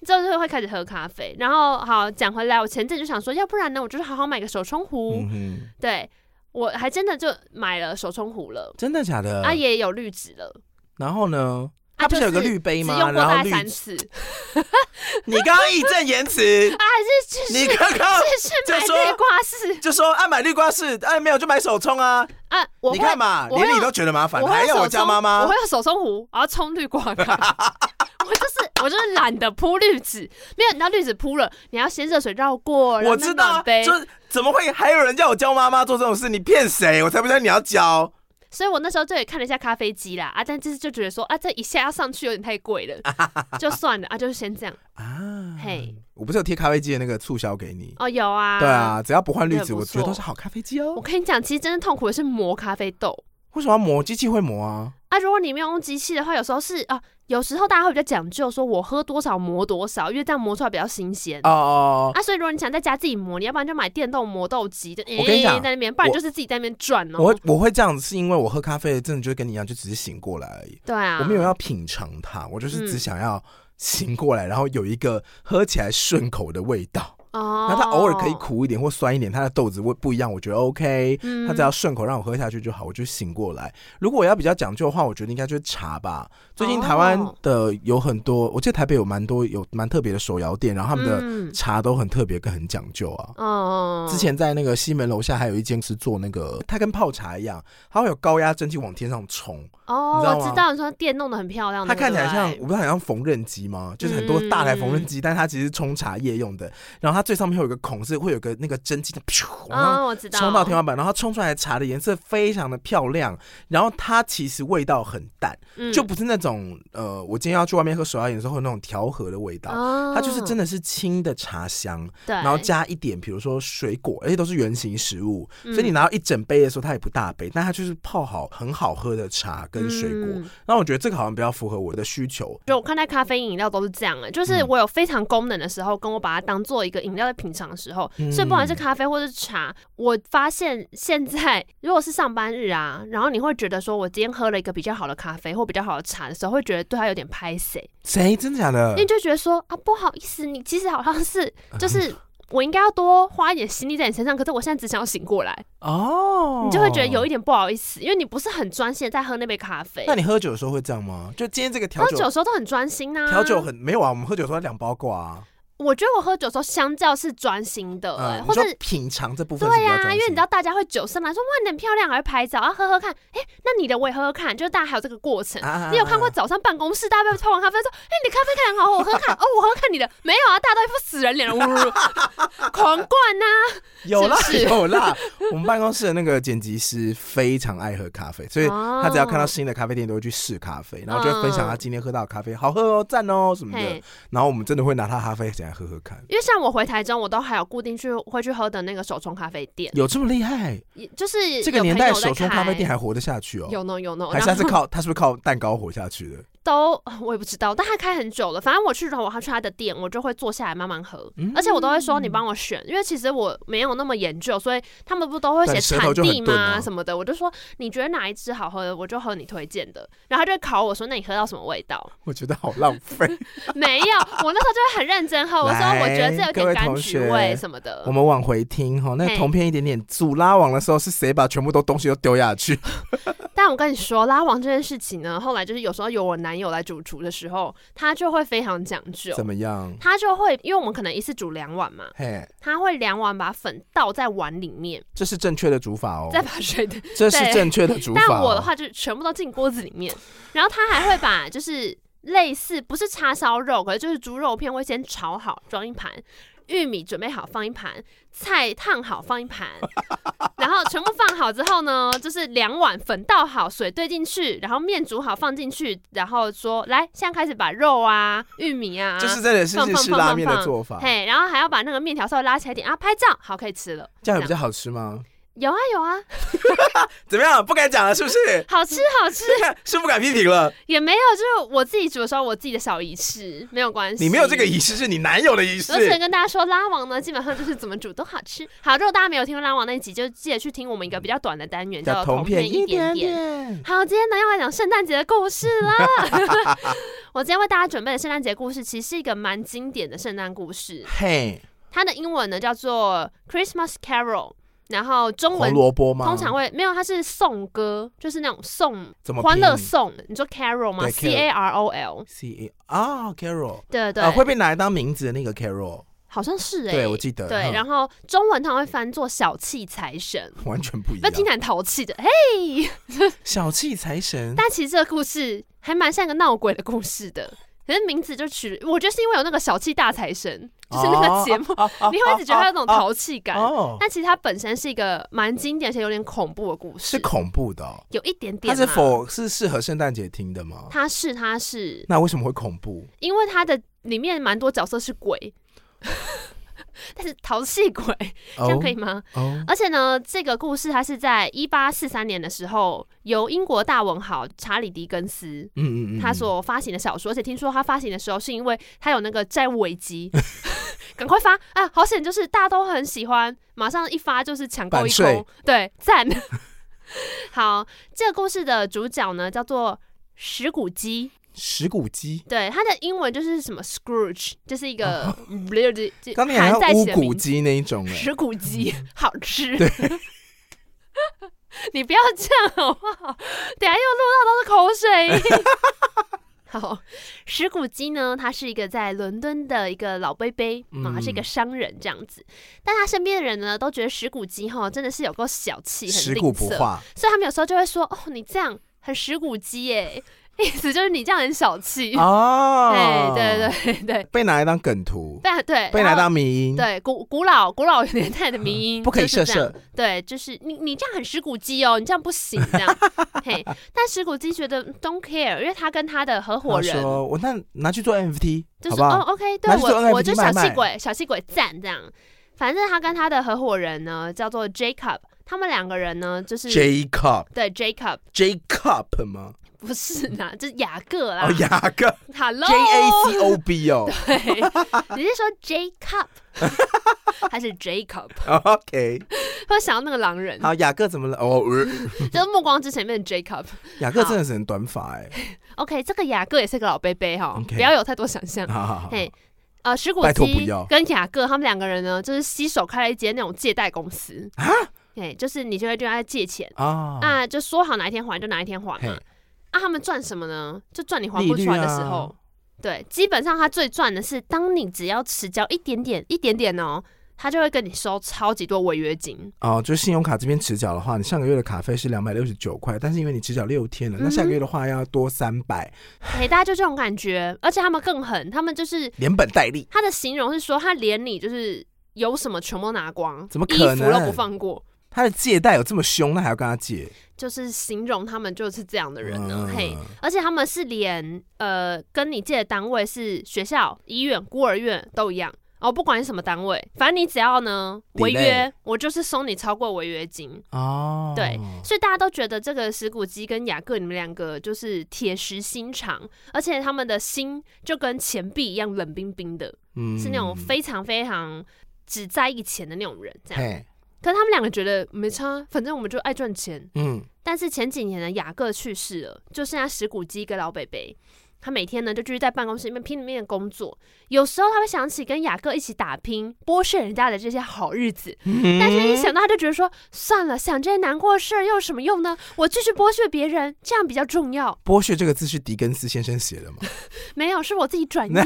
Speaker 2: 就是会开始喝咖啡。然后好讲回来，我前阵就想说，要不然呢，我就是好好买个手冲壶，
Speaker 1: 嗯哼，
Speaker 2: 对我还真的就买了手冲壶了，
Speaker 1: 真的假的？
Speaker 2: 啊也有绿植了，
Speaker 1: 然后呢？呃
Speaker 2: 啊
Speaker 1: 它不是有个
Speaker 2: 就是
Speaker 1: 绿杯
Speaker 2: 只
Speaker 1: 吗？
Speaker 2: 用过
Speaker 1: 然后
Speaker 2: 大概
Speaker 1: 绿，
Speaker 2: 三次，
Speaker 1: 你刚刚义正言 辞，
Speaker 2: 这啊是
Speaker 1: 你刚刚
Speaker 2: 这是买
Speaker 1: 就说
Speaker 2: 内挂式
Speaker 1: 就说啊爱买绿瓜是爱没有就买手冲啊，
Speaker 2: 啊！我
Speaker 1: 你
Speaker 2: 会，
Speaker 1: 看嘛，
Speaker 2: 我会
Speaker 1: 连你
Speaker 2: 用
Speaker 1: 都觉得麻烦，
Speaker 2: 我
Speaker 1: 还
Speaker 2: 会
Speaker 1: 要
Speaker 2: 用
Speaker 1: 我
Speaker 2: 手
Speaker 1: 叫
Speaker 2: 冲，
Speaker 1: 妈妈
Speaker 2: 我会，用手冲壶，然后冲绿挂 咖。我就是我就是懒得铺滤纸，没有，你知道滤纸铺了，你要先热水绕过，然后
Speaker 1: 我
Speaker 2: 再
Speaker 1: 知道啊，
Speaker 2: 暖杯。
Speaker 1: 就是怎么会还有人叫我教妈妈做这种事？你骗谁？我才不相信你要教。
Speaker 2: 所以我那时候就也看了一下咖啡机啦，啊，但就是就觉得说啊，这一下要上去有点太贵了，就算了啊，就是先这样。
Speaker 1: 啊，
Speaker 2: 嘿，
Speaker 1: 我不是有贴咖啡机的那个促销给你？
Speaker 2: 哦，有啊，
Speaker 1: 对。啊，只要不换滤
Speaker 2: 那
Speaker 1: 纸，
Speaker 2: 很不
Speaker 1: 我觉得
Speaker 2: 错
Speaker 1: 都是好咖啡机
Speaker 2: 我
Speaker 1: 哦。
Speaker 2: 跟你讲，其实真正痛苦的是磨咖啡豆。
Speaker 1: 为什么要磨？机器会磨啊。
Speaker 2: 啊，如果你没有用机器的话，有时候是啊，有时候大家会比较讲究，说我喝多少磨多少，因为这样磨出来比较新鲜。
Speaker 1: 哦哦，哦
Speaker 2: 啊，所以如果你想在家自己磨，你要不然就买电动磨豆机，就
Speaker 1: 我跟你讲
Speaker 2: 在那边，不然
Speaker 1: 我
Speaker 2: 就是自己在那边转
Speaker 1: 我
Speaker 2: 哦
Speaker 1: 会。我会这样子，是因为我喝咖啡真的就跟你一样，就只是醒过来而已。
Speaker 2: 对啊，
Speaker 1: 我没有要品尝它，我就是只
Speaker 2: 嗯
Speaker 1: 想要醒过来，然后有一个喝起来顺口的味道。
Speaker 2: 哦，
Speaker 1: 那它偶尔可以苦一点或酸一点，它的豆子味不一样，我觉得 OK。
Speaker 2: 嗯，
Speaker 1: 它只要顺口让我喝下去就好，我就醒过来。如果我要比较讲究的话，我觉得应该就是茶吧。最近台湾
Speaker 2: 哦
Speaker 1: 的有很多，我记得台北有蛮多有蛮特别的手摇店，然后他们的
Speaker 2: 嗯
Speaker 1: 茶都很特别跟很讲究啊。
Speaker 2: 哦，
Speaker 1: 之前在那个西门楼下还有一间是做那个，它跟泡茶一样，它会有高压蒸汽往天上冲，
Speaker 2: 哦，
Speaker 1: 你知道
Speaker 2: 我
Speaker 1: 吗
Speaker 2: 知道你说电弄得很漂亮
Speaker 1: 它
Speaker 2: 哦那个，嗯
Speaker 1: 看起来像
Speaker 2: 对不
Speaker 1: 我不知道很像缝纫机吗？就是很多大台缝纫机，但它其实是冲茶叶用的。然后它最上面会有一个孔，是会有个那个蒸汽，噗
Speaker 2: 对
Speaker 1: 往上
Speaker 2: 哦，我知道，
Speaker 1: 冲到天花板，然后它冲出来的茶的颜色非常的漂亮，然后它其实味道很淡，
Speaker 2: 嗯
Speaker 1: 就不是那种呃，我今天要去外面喝手摇饮的时候会有那种调和的味道。
Speaker 2: 哦，
Speaker 1: 它就是真的是清的茶香，
Speaker 2: 对，
Speaker 1: 然后加一点，比如说水果，而且都是圆形食物，
Speaker 2: 嗯，
Speaker 1: 所以你拿到一整杯的时候，它也不大杯，但它就是泡好很好喝的茶跟水果。
Speaker 2: 嗯
Speaker 1: 那我觉得这个好像比较符合我的需求。
Speaker 2: 就我看待咖啡因饮料都是这样的、就是
Speaker 1: 嗯
Speaker 2: 我有非常功能的时候，跟我把它当做一个饮饮料在品尝的时候，所以不管
Speaker 1: 嗯
Speaker 2: 是咖啡或是茶，我发现现在如果是上班日啊，然后你会觉得说我今天喝了一个比较好的咖啡或比较好的茶的时候，会觉得对他有点拍谁，
Speaker 1: 谁真的假的
Speaker 2: 因为？就觉得说啊不好意思，你其实好像是 就是。我应该要多花一点心力在你身上，可是我现在只想要醒过来，
Speaker 1: 哦，
Speaker 2: 你就会觉得有一。点不好意思，因为你不是很专心的在喝那杯咖啡。
Speaker 1: 那你喝酒的时候会这样吗？就今天这个调
Speaker 2: 喝
Speaker 1: 酒，
Speaker 2: 酒的时候都很专心呐、啊，
Speaker 1: 调酒很没有啊，我们喝酒的时候两包挂啊，
Speaker 2: 我觉得我喝酒的时候相较是专心的、欸
Speaker 1: 嗯，
Speaker 2: 或者
Speaker 1: 你说品尝这部分是
Speaker 2: 对
Speaker 1: 比较
Speaker 2: 呀、
Speaker 1: 专
Speaker 2: 因为你
Speaker 1: 心
Speaker 2: 知道大家会酒生来说哇你很漂亮，还会拍照，然后喝喝看，哎、那你的我也喝喝看，就是大家还有这个过程。
Speaker 1: 啊啊啊
Speaker 2: 呃你有看过早上办公室大家被泡完咖啡说，哎、你的咖啡看起来很好喝，我喝喝看，哦，我喝喝看你的，没有啊，大家都一副死人脸了，呜呜呜 狂灌呐、
Speaker 1: 有啦
Speaker 2: 是不是
Speaker 1: 有啦， 我们办公室的那个剪辑师非常爱喝咖啡，所以
Speaker 2: 哦
Speaker 1: 他只要看到新的咖啡店都会去试咖啡，然后就会分享他今天喝到的咖啡好喝哦、赞哦什么的
Speaker 2: 嘿。
Speaker 1: 然后我们真的会拿他咖啡起来喝喝看，
Speaker 2: 因为像我回台中，我都还有固定去会去喝的那个手冲咖啡店，
Speaker 1: 有这么厉害？
Speaker 2: 也就是
Speaker 1: 这个
Speaker 2: 有
Speaker 1: 年
Speaker 2: 朋
Speaker 1: 代
Speaker 2: 友在
Speaker 1: 手冲咖啡店
Speaker 2: 开
Speaker 1: 还活得下去哦？
Speaker 2: 有呢有呢，
Speaker 1: 还是
Speaker 2: 然
Speaker 1: 他
Speaker 2: 后
Speaker 1: 是靠他是不是靠蛋糕活下去的？
Speaker 2: 都呃我也不知道，但他开很久了。反正我去的话，我去他的店，我就会坐下来慢慢喝，
Speaker 1: 嗯
Speaker 2: 而且我都会说你帮我选，因为其实我没有那么研究，所以他们不都会
Speaker 1: 但
Speaker 2: 写
Speaker 1: 舌头
Speaker 2: 产
Speaker 1: 就很
Speaker 2: 地
Speaker 1: 钝
Speaker 2: 吗
Speaker 1: 啊？
Speaker 2: 什么的，我就说你觉得哪一支好喝，我就喝你推荐的。然后他就会考我说，那你喝到什么味道？
Speaker 1: 我觉得好浪费。
Speaker 2: 没有，我那时候就会很认真喝，我说
Speaker 1: 来
Speaker 2: 我觉得这有
Speaker 1: 各位
Speaker 2: 点柑
Speaker 1: 同
Speaker 2: 橘
Speaker 1: 学
Speaker 2: 味什么的
Speaker 1: 我。们往回听哈，那
Speaker 2: 嘿
Speaker 1: 同片一点点组拉网的时候，是谁把全部都东西都丢下去？
Speaker 2: 但我跟你说，拉网这件事情呢，后来就是有时候有我男友来主厨的时候，他就会非常讲究。
Speaker 1: 怎么样？
Speaker 2: 他就会，因为我们可能一次煮两碗嘛，
Speaker 1: 嘿，
Speaker 2: 他会两碗把粉倒在碗里面，
Speaker 1: 这是正确的煮法哦，
Speaker 2: 再把水的。
Speaker 1: 这是
Speaker 2: 对
Speaker 1: 正确的煮法、哦。
Speaker 2: 但我的话就是全部都进锅子里面，然后他还会把就是类似不是叉烧肉，可是就是猪肉片会先炒好装一盘，玉米准备好放一盘，菜烫好放 一盘，然后全部放好之后呢，就是两碗粉倒好，水兑进去，然后面煮好放进去，然后说来现在开始把肉啊、玉米啊，
Speaker 1: 就是这也是
Speaker 2: 放
Speaker 1: 日
Speaker 2: 放
Speaker 1: 式
Speaker 2: 放
Speaker 1: 拉
Speaker 2: 放
Speaker 1: 面的
Speaker 2: 放
Speaker 1: 做法，
Speaker 2: 嘿，然后还要把那个面条稍微拉起来一点啊，拍照好可以吃了。
Speaker 1: 这样比较好吃吗？
Speaker 2: 有啊有啊，
Speaker 1: 怎么样？不敢讲了，是不是？
Speaker 2: 好吃好吃，
Speaker 1: 是不敢批评了。
Speaker 2: 也没有，就是我自己煮的时候，我自己的小仪式，没有关系。
Speaker 1: 你没有这个仪式，是你男友的仪式
Speaker 2: 我。只能跟大家说，拉网呢，基本上就是怎么煮都好吃。好，如果大家没有听过拉网那一集，就记得去听我们一个比较短的单元，叫“
Speaker 1: 同
Speaker 2: 片
Speaker 1: 一
Speaker 2: 点点”。
Speaker 1: 点。
Speaker 2: 好，今天呢要来讲圣诞节的故事 啦。我今天为大家准备的圣诞节故事，其实是一个蛮经典的圣诞故事，
Speaker 1: 嘿，
Speaker 2: 它的英文呢叫做《Christmas Carol》，然后中
Speaker 1: 红
Speaker 2: 文
Speaker 1: 萝卜吗？
Speaker 2: 通常会没有，它是颂歌，就是那种颂
Speaker 1: 怎么拼
Speaker 2: 欢乐颂，你说 Carol 吗
Speaker 1: 哦对
Speaker 2: ？C
Speaker 1: ，Carol
Speaker 2: A R O L，
Speaker 1: C A 啊，Carol，
Speaker 2: 对对，
Speaker 1: 啊，会被拿来当名字的那个 Carol，
Speaker 2: 好像是哎、
Speaker 1: 对我记得。
Speaker 2: 对，
Speaker 1: 嗯
Speaker 2: 然后中文它会翻作小气财神，
Speaker 1: 完全不一
Speaker 2: 那
Speaker 1: 样
Speaker 2: 听。起来很淘气的，嘿，
Speaker 1: 小气财神，
Speaker 2: 但其实这个故事还蛮像一个闹鬼的故事的。可是名字就取，我觉得是因为有那个小气大财神，就是那个节目，
Speaker 1: 哦，
Speaker 2: 你会一直觉得它有那种
Speaker 1: 逃
Speaker 2: 淘气感。
Speaker 1: 哦，
Speaker 2: 但其实它本身是一个蛮经典而且有点恐怖的故
Speaker 1: 是
Speaker 2: 事，
Speaker 1: 恐怖的哦。
Speaker 2: 有一点点啊
Speaker 1: 它
Speaker 2: 啦。
Speaker 1: 是否是适合圣诞节听的吗？
Speaker 2: 它是它是，
Speaker 1: 那为什么会恐怖？
Speaker 2: 因为它的里面蛮多角色是鬼， 但是淘气鬼，这样可以呃吗？
Speaker 1: 哦，
Speaker 2: 而且呢，这个故事它是在一八四三年的时候，由英国大文豪查理·狄更斯
Speaker 1: 嗯嗯嗯，
Speaker 2: 他所发行的小说，而且听说他发行的时候是因为他有那个债务危机， 赶快发啊！好险，就是大家都很喜欢，马上一发就是抢购一
Speaker 1: 版税
Speaker 2: 空，对，赞。 好，这个故事的主角呢叫做石骨鸡，
Speaker 1: 石骨鸡，
Speaker 2: 对，它的英文就是什么 Scrooge，就是一个就
Speaker 1: 哦刚才
Speaker 2: 呃含
Speaker 1: 好
Speaker 2: 在
Speaker 1: 像
Speaker 2: 一
Speaker 1: 乌
Speaker 2: 起的名
Speaker 1: 骨
Speaker 2: 字
Speaker 1: 鸡那一种哎、
Speaker 2: 石骨鸡好吃。 你不要这样好不好？等下又录 到都是口水音。好，石骨鸡呢，他是一个在伦敦的一个老贝贝
Speaker 1: 嗯
Speaker 2: 啊，他是一个商人这样子。但他身边的人呢，都觉得石骨鸡哈真的是有够小气，很
Speaker 1: 食
Speaker 2: 吝
Speaker 1: 骨不
Speaker 2: 啬，
Speaker 1: 化，
Speaker 2: 所以他们有时候就会说：“哦，你这样很石骨鸡耶。”意思就是你这样很小气。
Speaker 1: 哦，
Speaker 2: 哎，对对对 对，
Speaker 1: 被拿来当梗图，
Speaker 2: 被对
Speaker 1: 被拿
Speaker 2: 然
Speaker 1: 来
Speaker 2: 后
Speaker 1: 当迷因，
Speaker 2: 对古古老古老年代的民 音，
Speaker 1: 不可以
Speaker 2: 就是
Speaker 1: 射
Speaker 2: 这样。
Speaker 1: 射，
Speaker 2: 对，就是你你这样很石骨鸡哦，你这样不行这样。嘿，但石骨鸡觉得嗯 don't care，因为他跟他的合伙
Speaker 1: 他
Speaker 2: 人
Speaker 1: 说我那拿去做 NFT，
Speaker 2: 就
Speaker 1: 好
Speaker 2: 是
Speaker 1: 不
Speaker 2: 哦
Speaker 1: 好？
Speaker 2: OK，
Speaker 1: 拿
Speaker 2: 对
Speaker 1: 去做
Speaker 2: 我
Speaker 1: NFT
Speaker 2: 我就小
Speaker 1: 卖
Speaker 2: 气
Speaker 1: 卖
Speaker 2: 鬼小气鬼赞这样。反正他跟他的合伙人呢叫做 Jacob，他们两个人呢，就是
Speaker 1: ？Jacob
Speaker 2: 对 Jacob
Speaker 1: Jacob 吗？
Speaker 2: 不是啦，就是雅各啦。
Speaker 1: 哦，雅各
Speaker 2: Hello
Speaker 1: J A C O B 哦
Speaker 2: 对，你是说 Jacob 还是 Jacob？
Speaker 1: ，OK。
Speaker 2: 会想到那个狼人，
Speaker 1: 好，雅各怎么了？哦，呃
Speaker 2: 就是暮光之城里面的 Jacob。
Speaker 1: 雅各真的是很短发哎。
Speaker 2: OK，这个雅各也是个老贝贝哈，
Speaker 1: OK
Speaker 2: 不要有太多想象。
Speaker 1: 好好好，
Speaker 2: 嘿，呃，石谷
Speaker 1: 拜托不
Speaker 2: 基
Speaker 1: 要
Speaker 2: 跟雅各他们两个人呢，就是携手开了一间那种借贷公司
Speaker 1: 啊，
Speaker 2: 哎，就是你就会对他借钱，
Speaker 1: 啊，
Speaker 2: 那就说好哪一天还就哪一天还
Speaker 1: 嘿
Speaker 2: 嘛。啊，他们赚什么呢？就赚你还
Speaker 1: 利
Speaker 2: 不
Speaker 1: 率
Speaker 2: 出来的时
Speaker 1: 啊
Speaker 2: 候。对，基本上他最赚的是，当你只要迟交一点点、一点点哦，他就会跟你收超级多违约金。
Speaker 1: 哦，就信用卡这边迟缴的话，你上个月的卡费是两百六十九块，但是因为你迟缴六
Speaker 2: 嗯
Speaker 1: 天了，那下个月的话要多三百，
Speaker 2: 哎，大家就这种感觉，而且他们更狠，他们就是
Speaker 1: 连本带利。
Speaker 2: 他的形容是说，他连你就是有什么全部拿光，
Speaker 1: 怎么可能
Speaker 2: 衣服都不放过，
Speaker 1: 他的借贷有这么凶，那还要跟他借？
Speaker 2: 就是形容他们就是这样的人呢。
Speaker 1: 嗯
Speaker 2: 嘿，而且他们是连呃跟你借的单位是学校、医院、孤儿院都一样。哦，不管是什么单位，反正你只要呢违
Speaker 1: Delay
Speaker 2: 约，我就是收你超过违约金。
Speaker 1: 哦，
Speaker 2: 对所以大家都觉得这个石谷基跟雅各你们两个就是铁石心肠，而且他们的心就跟钱币一样冷冰冰的。
Speaker 1: 嗯
Speaker 2: 是那种非常非常只在意钱的那种人，这样。
Speaker 1: 嘿，
Speaker 2: 可是他们两个觉得没差，啊反正我们就爱赚钱。
Speaker 1: 嗯，
Speaker 2: 但是前几年呢，雅各去世了，就剩下石谷基跟老北北。他每天呢就继续在办公室里面拼命的工作，有时候他会想起跟雅各一起打拼，剥削人家的这些好日子， 但是
Speaker 1: 嗯
Speaker 2: 一想到他就觉得说，算了，想这些难过的事儿又有什么用呢？我继续剥削别人，这样比较重要。
Speaker 1: 剥削这个字是狄更斯先生写 的嘛？
Speaker 2: 没有，是我自己转译 的。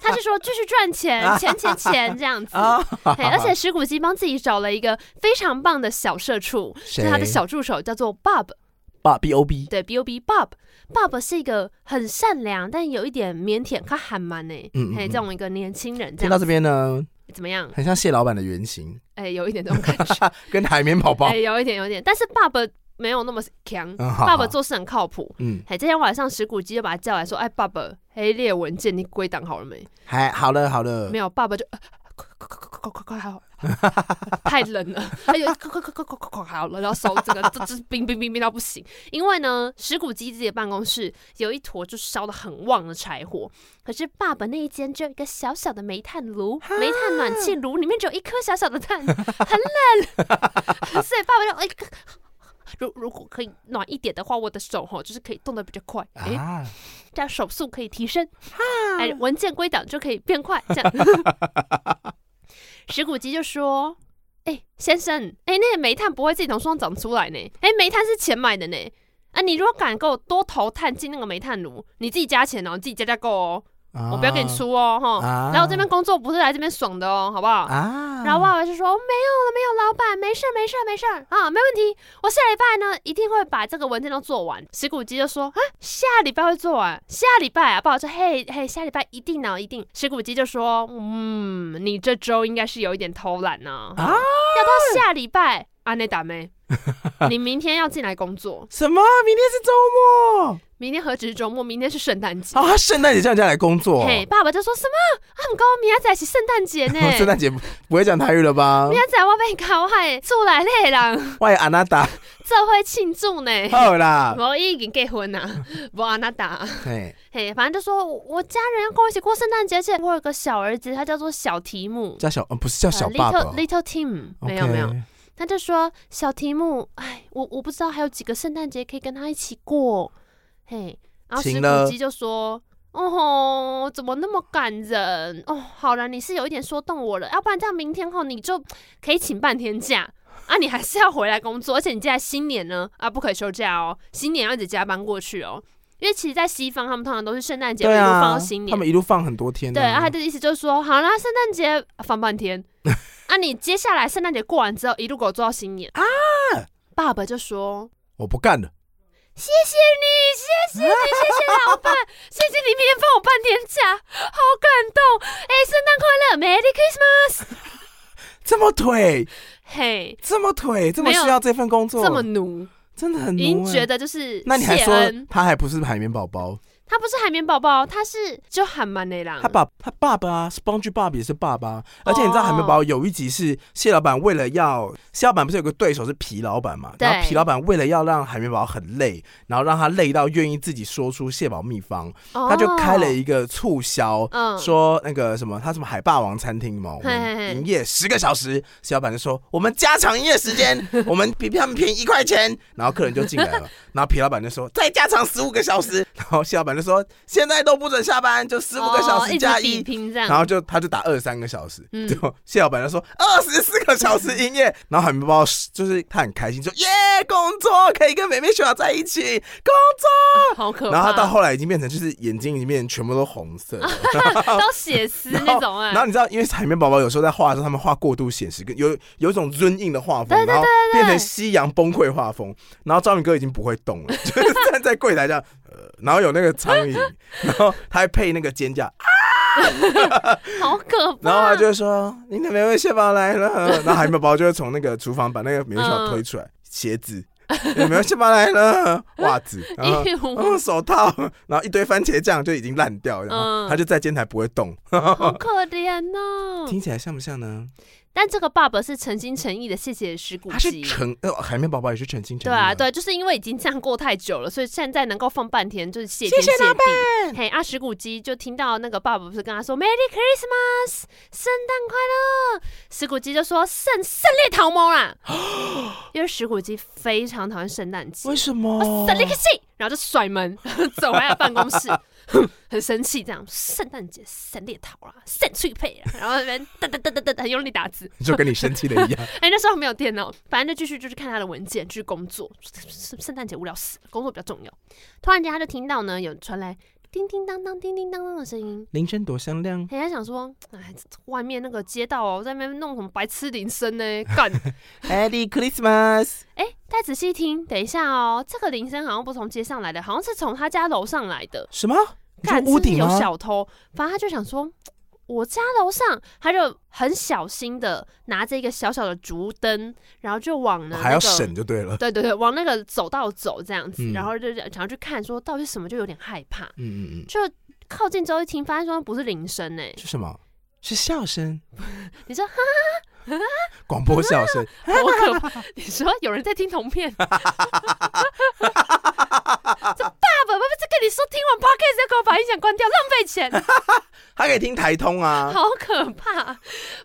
Speaker 2: 他是说继续赚钱，钱钱钱这样子。
Speaker 1: 啊
Speaker 2: 嘿而且石谷基帮自己找了一个非常棒的小社畜，
Speaker 1: 谁
Speaker 2: 是他的小助手，叫做 Bob，
Speaker 1: 爸 B O B，
Speaker 2: 对，B O B Bob。Bob 是一个很善良，但有一点腼腆，他喊蛮呢，
Speaker 1: 嗯嗯
Speaker 2: 嘿，
Speaker 1: 嗯
Speaker 2: 这种一个年轻人这
Speaker 1: 听到
Speaker 2: 样
Speaker 1: 这边呢，
Speaker 2: 怎么样？
Speaker 1: 很像蟹老板的原型，
Speaker 2: 哎，有一点这种感觉，
Speaker 1: 跟海绵宝宝
Speaker 2: 哎，。有一点，有一点。但是 Bob 没有那么强
Speaker 1: 嗯好
Speaker 2: ，Bob
Speaker 1: 好
Speaker 2: 做事很靠谱。
Speaker 1: 嗯，
Speaker 2: 嘿，这天晚上石谷基就把他叫来说：“哎，Bob，黑列文件你归档好了没？”
Speaker 1: 还好了好了
Speaker 2: 没，有，爸爸就呃快快快快快快快好， 太冷了，他就快快快快快快快好了，然后手整个这这冰冰冰冰到不行。因为呢，石谷基自己的办公室有一坨就烧的很旺的柴火，可是爸爸那一间只有一个小小的煤炭炉，煤炭暖气炉里面只有一颗小小的炭，很冷， 所以爸爸就哎。如如果可以暖一点的话，我的手哈就是可以动得比较快，哎、
Speaker 1: 啊，
Speaker 2: 这样手速可以提升，哎，文件归档就可以变快，这样。石谷基就说：“哎、先生，哎、那个煤炭不会自己从树上长出来呢，哎、煤炭是钱买的呢，啊，你如果敢给我多投炭进那个煤炭炉，你自己加钱哦，你自己加加购哦，我
Speaker 1: 我
Speaker 2: 不要给你出哦，哈、
Speaker 1: 啊
Speaker 2: 然后我这边工作不是来这边爽的哦，好不好？”
Speaker 1: 啊，
Speaker 2: 然后爸爸就说：“没有了，没有，老板，没事儿，没事儿，没事儿啊，没问题。我下礼拜呢，一定会把这个文件都做完。”石谷基就说：“啊，下礼拜会做完，下礼拜啊。”爸爸说：“嘿，嘿，下礼拜一定呢，一定。”石谷基就说：“嗯，你这周应该是有一点偷懒呢、
Speaker 1: 啊
Speaker 2: 要到下礼拜。”阿内 达妹，你明天要进来工作，
Speaker 1: 什么？明天是周末。
Speaker 2: 明天何止是周末，明天是圣诞节。
Speaker 1: 啊，他圣诞节叫人家来工作，
Speaker 2: 嘿，爸爸就说什么？啊，我们高明仔是圣诞节呢，
Speaker 1: 圣
Speaker 2: 明
Speaker 1: 诞节不不会讲台语了吧？
Speaker 2: 仔载我被搞坏，出来累人。
Speaker 1: 我也安娜达，
Speaker 2: 这会庆祝呢。
Speaker 1: 好 啦，
Speaker 2: 我已经结婚啦， 不安娜达。
Speaker 1: 嘿，
Speaker 2: 嘿，反正就说我我家人要跟我一起过圣诞节，而且我有个小儿子，他叫做小提姆，
Speaker 1: 叫小，呃不是叫小爸爸
Speaker 2: 呃、，Little Little Tim，
Speaker 1: OK
Speaker 2: 没有没有，他就说小提姆，哎，我我不知道还有几个圣诞节可以跟他一起过，嘿，然后
Speaker 1: 请
Speaker 2: 石
Speaker 1: 了
Speaker 2: 谷基就说。哦吼，怎么那么感人哦？好了，你是有一点说动我了，要不然这样明天后你就可以请半天假啊，你还是要回来工作，而且你现在新年呢啊不可以休假哦，新年要一直加班过去哦，因为其实，在西方他们通常都是圣诞节会
Speaker 1: 对
Speaker 2: 一路
Speaker 1: 啊，
Speaker 2: 放到新年
Speaker 1: 他，们一路放很多天啊，
Speaker 2: 对，然后他的意思就是说，好啦，圣诞节放半天， 啊，你接下来圣诞节过完之后，一路给我做到新年啊。爸爸就说
Speaker 1: 我不干了，：“
Speaker 2: 谢谢你，谢谢你，谢谢老板，谢谢你明天放我半天假，好感动！哎、圣诞快乐，Merry Christmas！”
Speaker 1: 这么腿，
Speaker 2: 嘿，
Speaker 1: 这么腿，这么
Speaker 2: 没有
Speaker 1: 需要这份工作，
Speaker 2: 这么奴，
Speaker 1: 真的很
Speaker 2: 已经
Speaker 1: 奴欸
Speaker 2: 觉得就是
Speaker 1: 那你还
Speaker 2: 谢
Speaker 1: 说
Speaker 2: 恩，
Speaker 1: 他还不是海绵宝宝？
Speaker 2: 他不是海绵宝宝，他是就喊蛮内郎
Speaker 1: 他。爸他爸爸啊，SpongeBob 也是爸爸啊，而且你知道海绵宝宝
Speaker 2: 哦
Speaker 1: 有一集是蟹老板为了要蟹老板不是有个对手是皮老板嘛，
Speaker 2: 对
Speaker 1: 然后皮老板为了要让海绵宝宝很累，然后让他累到愿意自己说出蟹堡秘方，
Speaker 2: 哦
Speaker 1: 他就开了一个促销。
Speaker 2: 嗯
Speaker 1: 说那个什么，他什么海霸王餐厅嘛，我
Speaker 2: 嘿嘿嘿
Speaker 1: 们营业十个小时，蟹老板就说我们加长营业时 间，我们比他们便宜一块钱，然后客人就进来了，然后皮老板就说再加长十五个小时，然后蟹老板就说现在都不准下班，就十五个小
Speaker 2: 哦
Speaker 1: 时加
Speaker 2: 一直比
Speaker 1: 一。
Speaker 2: 拼这样，
Speaker 1: 然后就他就打二三个小时，
Speaker 2: 嗯
Speaker 1: 结果蟹老板就说二十四个小时营业，然后海绵宝宝就是他很开心说耶工作可以跟美美雪儿在一起工
Speaker 2: 好可
Speaker 1: 作，
Speaker 2: 怕，
Speaker 1: 然后他到后来已经变成就是眼睛里面全部都红色 的，
Speaker 2: 都血丝
Speaker 1: 然
Speaker 2: 那
Speaker 1: 后
Speaker 2: 种哎
Speaker 1: 然后，你知道，因为海绵宝宝有时候在画的时候，他们画过度写实，跟有有一种尊硬的画风，
Speaker 2: 对对
Speaker 1: 然后变成西洋崩溃画风。然后赵明哥已经不会动了， 就是站在柜台这样，呃，然后有那个苍蝇， 然后他还配那个尖叫，
Speaker 2: 好可怕。
Speaker 1: 然后他就会说：“你的美味蟹堡来了。” 然后海绵宝宝就会从那个厨房把那个美味蟹堡推出来，鞋子，你的美味蟹堡来了，袜 子，然后。
Speaker 2: 因 为
Speaker 1: 嗯，手套，然后一堆番茄酱就已经烂掉，然后
Speaker 2: 嗯
Speaker 1: 他就在尖台不会动，
Speaker 2: 好可怜 哦。
Speaker 1: 听起来像不像呢？
Speaker 2: 但这个爸爸是诚心诚意的，谢谢石骨
Speaker 1: 他是
Speaker 2: 鸡。
Speaker 1: 诚，呃，海绵宝宝也是诚心诚意
Speaker 2: 对啊，
Speaker 1: 啊，
Speaker 2: 对，就是因为已经这样过太久了，所以现在能够放半天，就是谢天谢地。嘿，阿啊石骨鸡就听到那个爸爸不是跟他说 “Merry Christmas，圣诞快乐”，石骨鸡就说“圣圣烈桃猫啦”， 因为石骨鸡非常讨厌圣诞节
Speaker 1: 为。什么？
Speaker 2: 神力个气，然后就甩门 走回了办公室， 哼很生气，这样圣诞节神猎桃啦，圣脆配啦，啊然后那边噔噔噔噔噔很用力打字。
Speaker 1: 就跟你生气的一 样，
Speaker 2: 哎、那时候没有电脑，反正就继续就是看他的文件，继续工作。圣圣诞节无聊死了，工作比较重要。突然间他就听到呢有传来叮叮当当、叮叮当当的声音，
Speaker 1: 铃声多响亮，
Speaker 2: 哎、他想说，哎，这外面那个街道哦，在那边弄什么白痴铃声呢？干！
Speaker 1: Merry Christmas，
Speaker 2: 哎、再仔细听，等一下哦，这个铃声好像不是从街上来的，好像是从他家楼上来的。
Speaker 1: 什么？你说
Speaker 2: 看
Speaker 1: 屋顶
Speaker 2: 有
Speaker 1: 吗？
Speaker 2: 小偷，反正他就想说，我家楼上，他就很小心的拿着一个小小的竹灯，然后就往呢、那个
Speaker 1: 哦还要省就对了，
Speaker 2: 对对对，往那个走道走这样子，
Speaker 1: 嗯
Speaker 2: 然后就想要去看说到底是什么，就有点害怕，
Speaker 1: 嗯嗯嗯，
Speaker 2: 就。靠近之后一听，发现说不是铃声哎，
Speaker 1: 是什么？是笑声，
Speaker 2: 你说
Speaker 1: 广播笑 声，
Speaker 2: 好可怕！你说有人在听铜片， 这爸爸爸爸在跟你说听完 podcast 要给我把音响关掉，浪费钱。
Speaker 1: 还可以听台通啊，
Speaker 2: 好可怕！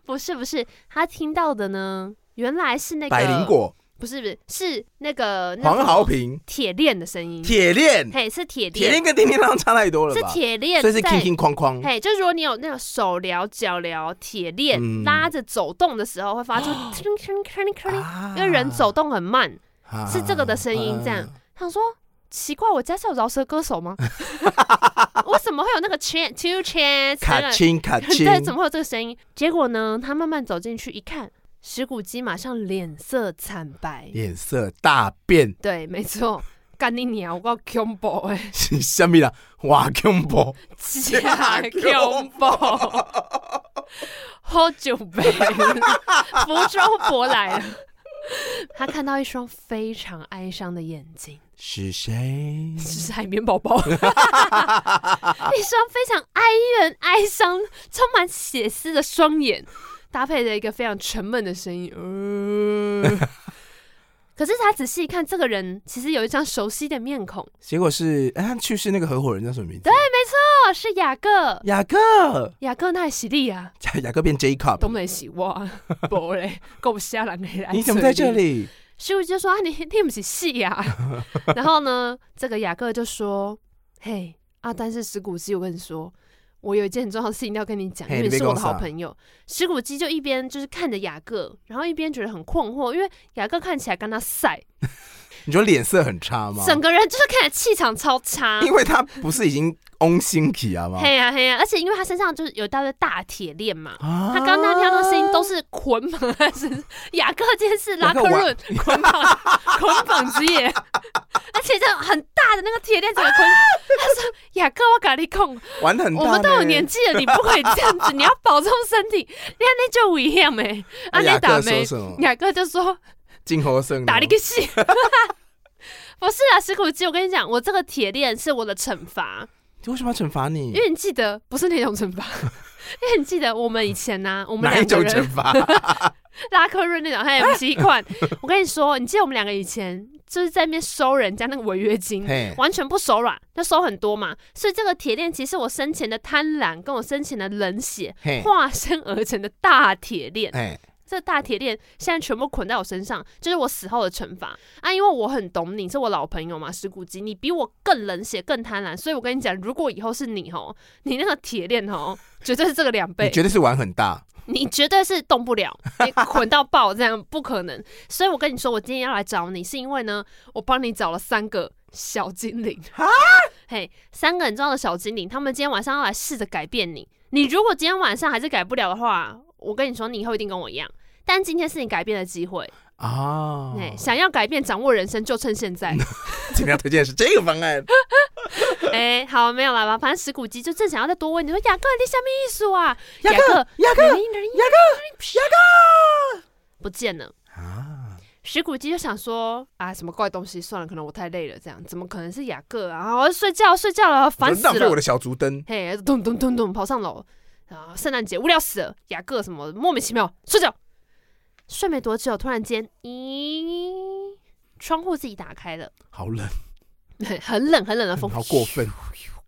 Speaker 2: 不是不是，他听到的呢，原来是那个
Speaker 1: 百灵，果、
Speaker 2: 不是不是，是那个那
Speaker 1: 黄
Speaker 2: 个
Speaker 1: 豪平、
Speaker 2: 铁链的声音，
Speaker 1: 铁链，
Speaker 2: 嘿是铁
Speaker 1: 铁链
Speaker 2: 链，
Speaker 1: 跟叮叮当差太多了
Speaker 2: 是
Speaker 1: 吧？
Speaker 2: 铁链，
Speaker 1: 所以是
Speaker 2: 在
Speaker 1: king king 框框，
Speaker 2: 嘿，就是如果你有那个手疗、脚疗、铁链、
Speaker 1: 嗯
Speaker 2: 拉着走动的时候，会发出叮叮叮叮叮，
Speaker 1: 啊
Speaker 2: 因为人走动很慢。
Speaker 1: 啊
Speaker 2: 是这个的声音这样
Speaker 1: 啊
Speaker 2: 想说，奇怪，我家是有饶舌歌 手吗？为什么会有那个 chance two chance
Speaker 1: 卡
Speaker 2: 那个
Speaker 1: 青卡青，
Speaker 2: 对，怎么会有这个声音？结果呢，他慢慢走进去一看，石骨鸡马上脸色惨 白。
Speaker 1: 脸色大变，
Speaker 2: 对，没错，干你娘！我告 combo 哎，
Speaker 1: 是什么啦？哇，combo，
Speaker 2: 假
Speaker 1: 恐
Speaker 2: combo，好久没 福州伯来了。他看到一双非常哀伤的眼睛，
Speaker 1: 是谁？
Speaker 2: 是海绵 宝宝，一双非常哀怨、哀伤、充满血丝的双眼，搭配着一个非常沉闷的声音。嗯、 可是他仔细一看，这个人其实有一张熟悉的面孔，哦
Speaker 1: 结果是，哎，他去世那个合伙人叫什么名字？
Speaker 2: 对，没错，是雅各。
Speaker 1: 雅各，
Speaker 2: 雅各那喜利亚
Speaker 1: 雅各变 Jacob，
Speaker 2: 啊都没洗哇， 不嘞，啊够瞎狼的来。
Speaker 1: 你怎么在这？里？
Speaker 2: 师傅就说：“啊，你你不是戏呀、 然后呢，这个雅各就说：“嘿，阿丹是石骨鸡，我跟你说，我有一件很重要的事情要跟你讲，因
Speaker 1: 嘿你
Speaker 2: 为你
Speaker 1: 别
Speaker 2: 是我的
Speaker 1: 跟我
Speaker 2: 好
Speaker 1: 撒
Speaker 2: 朋友。”石骨鸡就一边就是看着雅各，然后一边觉得很困惑，因为雅各看起来跟他赛，
Speaker 1: 你说脸色很差吗？
Speaker 2: 整个人就是看起来气场超差。
Speaker 1: 因为他不是已经 on 心体啊吗？
Speaker 2: 嘿呀嘿呀，而且因为他身上就是有一大堆大铁链嘛。
Speaker 1: 啊
Speaker 2: 他刚刚听到那个声音都是捆绑在身上，雅各今天是拉 克润捆绑捆绑之 夜，而且这很大的那个铁链子的捆。他说：“雅各，我跟你控，
Speaker 1: 玩的很大
Speaker 2: 我
Speaker 1: 呢，
Speaker 2: 们都有年纪了，你不可以这样子，你要保重身体。 你看那就一 样没，啊
Speaker 1: 那
Speaker 2: 那
Speaker 1: 哎雅
Speaker 2: 打
Speaker 1: 各
Speaker 2: 没
Speaker 1: 说？”什么？
Speaker 2: 雅各就说
Speaker 1: 金猴生：“
Speaker 2: 打你个 屁！” 不是啊，石骨鸡，我跟你讲，我这个铁链是我的惩罚。
Speaker 1: 为什么要惩罚你
Speaker 2: 因？为你记得不是那种惩罚，因为你记得我们以前呢、我们
Speaker 1: 哪一
Speaker 2: 两
Speaker 1: 种
Speaker 2: 个
Speaker 1: 惩
Speaker 2: 人
Speaker 1: 罚？
Speaker 2: 拉科瑞那种还有 MC 款，我跟你说，你记得我们两个以前就是在那边收人家那个违约金，
Speaker 1: 嘿，
Speaker 2: 完全不手软，就收很多嘛。所以这个铁链其实我生前的贪婪跟我生前的冷血
Speaker 1: 嘿，
Speaker 2: 化身而成的大铁链，
Speaker 1: 哎，
Speaker 2: 这大铁链现在全部捆在我身上，就是我死后的惩罚啊！因为我很懂你，是我老朋友嘛，石谷鸡，你比我更冷血、更贪婪，所以我跟你讲，如果以后是你吼，你那个铁链吼，绝对是这个两
Speaker 1: 你
Speaker 2: 倍，
Speaker 1: 绝对是玩很大，
Speaker 2: 你绝对是动不了，你捆到爆这样不可能。所以我跟你说，我今天要来找你，是因为呢，我帮你找了三个小精灵
Speaker 1: 啊，
Speaker 2: 嘿，三个很重要的小精灵，他们今天晚上要来试着改变你。你如果今天晚上还是改不了的话，我跟你说，你以后一定跟我一样。但今天是你改变的机会，
Speaker 1: 啊
Speaker 2: 哎、想要改变、掌握人生，就趁现在。
Speaker 1: 今天要推荐的是这个方案。
Speaker 2: 哎、好，没有啦吧？反正石谷鸡就正想要再多问你说，雅各，你下面意思啊？
Speaker 1: 雅各雅各
Speaker 2: 雅各，雅
Speaker 1: 雅
Speaker 2: 各，不见了。
Speaker 1: 各 啊，
Speaker 2: 石谷鸡就想说啊，什么怪东西，算了，可能我太累了，这样怎么可能是雅各啊？我要睡觉，睡觉了，烦死
Speaker 1: 浪费我
Speaker 2: 了。
Speaker 1: 的小竹灯。
Speaker 2: 嘿，咚咚咚咚，跑上楼啊！圣诞节无聊死了，雅各什么莫名其妙睡觉，睡没多久，突然间，咦，窗户自己打开了，
Speaker 1: 好冷，
Speaker 2: 很冷很冷的风
Speaker 1: 好过分！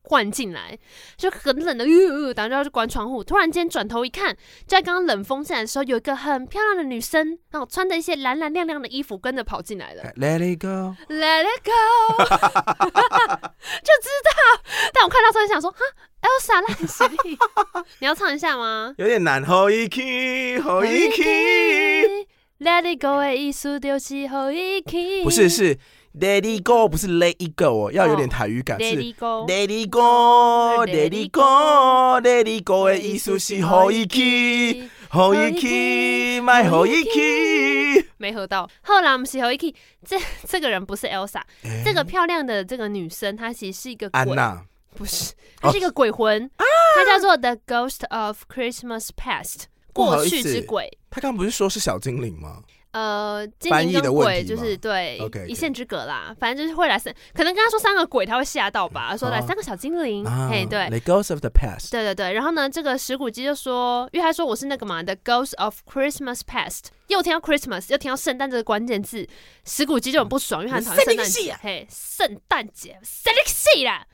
Speaker 2: 灌进来，就很冷的，呃呃，然后就要去关窗户。突然间转头一看，就在刚刚冷风进来的时候，有一个很漂亮的女生，然后穿着一些蓝蓝亮亮的衣服，跟着跑进来了。
Speaker 1: Let it go，
Speaker 2: Let it go，就知道。但我看到之后就想说，哈，Elsa 烂死你！ 你要唱一下吗
Speaker 1: 有点难。后一 key，后一 key，
Speaker 2: ？Let it go 哎的意思就是后一起。
Speaker 1: 不是是 Let it go，不是 Let it go，哦，要有点台语感是。
Speaker 2: Let it go。
Speaker 1: Let it go，Let it go，Let it go 的意思是后一 key，后一 key，卖后一 key。
Speaker 2: 没合到。后来我们是后一起，这这个人不是 Elsa，
Speaker 1: 哎
Speaker 2: 这个漂亮的这个女生，她其实是一个
Speaker 1: 安
Speaker 2: 鬼，
Speaker 1: 娜，
Speaker 2: 不
Speaker 1: 哦
Speaker 2: 是，她是一个鬼魂，
Speaker 1: 啊
Speaker 2: 她叫做 The Ghost of Christmas Past，
Speaker 1: 不好
Speaker 2: 过
Speaker 1: 意
Speaker 2: 去
Speaker 1: 思
Speaker 2: 之鬼。
Speaker 1: 他刚不是说是小精灵吗？
Speaker 2: 呃，精
Speaker 1: 翻译
Speaker 2: 灵
Speaker 1: 的
Speaker 2: 跟
Speaker 1: 问
Speaker 2: 鬼
Speaker 1: 题
Speaker 2: 就
Speaker 1: 吗
Speaker 2: 是对
Speaker 1: OK，OK
Speaker 2: 一线之隔啦，反正就是会来三，可能跟他说三个鬼，他会吓到吧，说来
Speaker 1: 哦
Speaker 2: 三个小精灵，
Speaker 1: 啊
Speaker 2: 嘿，对。
Speaker 1: ，The Ghost of the Past。
Speaker 2: 对对对，然后呢，这个石谷鸡就说，因为他说我是那个嘛，The Ghost of Christmas Past，又听到 Christmas，又听到圣诞这个关键字，石谷鸡就很不爽，因为他很讨厌圣诞
Speaker 1: 圣诞节
Speaker 2: 节
Speaker 1: 啊，
Speaker 2: 嘿，圣诞节，圣诞节啦，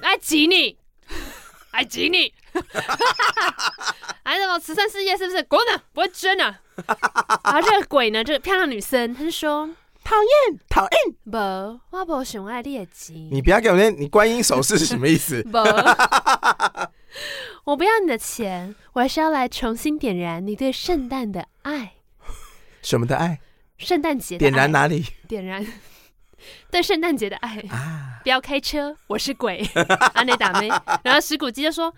Speaker 2: 爱挤你，爱挤你， 还什么慈善事业是不是？滚啊，不会捐啊！然后这个鬼呢，这个漂亮女生，她就说，
Speaker 1: 讨厌，讨厌！
Speaker 2: 无，我无想爱你的钱。？
Speaker 1: 你不要给我那，你观音手势是什么意思
Speaker 2: 不，我不要你的钱，我是要来重新点燃你对圣诞的爱，
Speaker 1: 什么的爱？
Speaker 2: 圣诞节的
Speaker 1: 点燃
Speaker 2: 爱
Speaker 1: 哪里
Speaker 2: 点燃对圣诞节的爱。
Speaker 1: 啊？
Speaker 2: 不要开车，我是鬼， 安内打妹。然后石谷鸡就说：“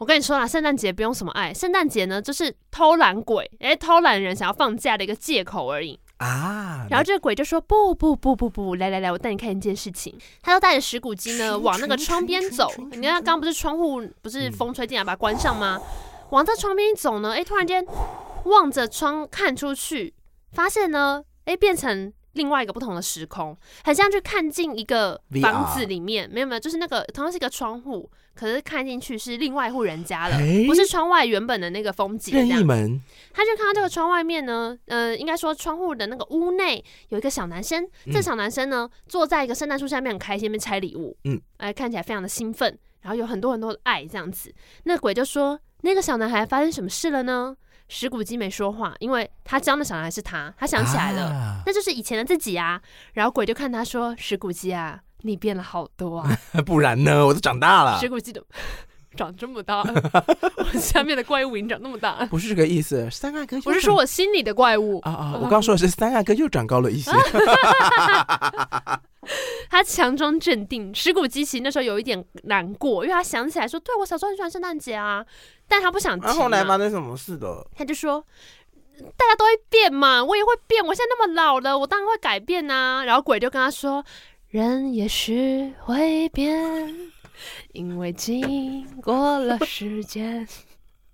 Speaker 2: 我跟你说啦，圣诞节不用什么爱，圣诞节呢就是偷懒鬼，哎，偷懒人想要放假的一个借口而已。”
Speaker 1: 啊！
Speaker 2: 然后这个鬼就说：“不不不不不，来来来，我带你看一件事情。”他就带着石骨鸡呢往那个窗边走。你看，刚刚不是窗户不
Speaker 1: 嗯
Speaker 2: 是风吹进来把它关上吗？往这窗边一走呢，哎，突然间望着窗看出去，发现呢，哎，变成另外一个不同的时空，很像去看进一个
Speaker 1: VR
Speaker 2: 房子里面。没有没有，就是那个同样是一个窗户，可是看进去是另外一户人家了，
Speaker 1: 哎
Speaker 2: 不是窗外原本的那个风景。这
Speaker 1: 任
Speaker 2: 样。
Speaker 1: 意门
Speaker 2: 他就看到这个窗外面呢，呃，应该说窗户的那个屋内有一个小男生，
Speaker 1: 嗯
Speaker 2: 这小男生呢坐在一个圣诞树下面很开心，在那边拆礼物，
Speaker 1: 嗯
Speaker 2: 嗯，哎，看起来非常的兴奋，然后有很多很多的爱这样子。那鬼就说：“那个小男孩发生什么事了呢？”石谷鸡没说话，因为他知道那小男孩是他，他想起来了，
Speaker 1: 了，
Speaker 2: 那就是以前的自己啊。然后鬼就看他说：“石谷鸡啊，你变了好 多啊。”
Speaker 1: 不然呢？我都长大了
Speaker 2: 石，谷鸡的 长这么大， 我下面的怪物已经长那么大，
Speaker 1: 不是这个意思。三阿哥又长，
Speaker 2: 我是说我心里的怪物。
Speaker 1: 啊啊！我刚说的是三阿哥又长高了一
Speaker 2: 啊
Speaker 1: 些，
Speaker 2: 他强装镇定。石谷基奇那时候有一点难过，因为他想起来说，对我小时候很喜欢圣诞节啊，但他不想提
Speaker 1: 然
Speaker 2: 嘛。
Speaker 1: 后来发生什么事的？
Speaker 2: 他就说。大家都会变嘛，我也会变。我现在那么老了，我当然会改变呐、然后鬼就跟他说：“人也是会变，因为经过了时间，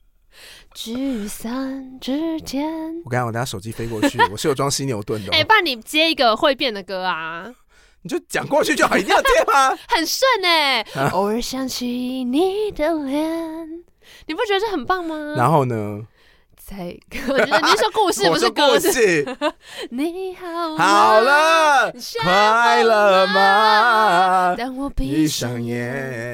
Speaker 2: 聚散之间。
Speaker 1: 我刚刚我拿手机飞过去，我是有装犀牛盾”的
Speaker 2: 哎、
Speaker 1: 哦。
Speaker 2: 爸，你接一个会变的歌啊！
Speaker 1: 你就讲过去就好，一定要这 样吗？
Speaker 2: 很顺哎、
Speaker 1: 啊
Speaker 2: 偶尔想起你的脸，你不觉得这很棒吗？
Speaker 1: 然后呢？
Speaker 2: 在，我觉得你是说故事不
Speaker 1: 我
Speaker 2: 嗯是
Speaker 1: 说
Speaker 2: 歌
Speaker 1: 故
Speaker 2: 词。
Speaker 1: 事，
Speaker 2: 你好吗，
Speaker 1: 好了
Speaker 2: 你笑，
Speaker 1: 快乐吗？
Speaker 2: 当我
Speaker 1: 闭
Speaker 2: 闭
Speaker 1: 上
Speaker 2: 上眼。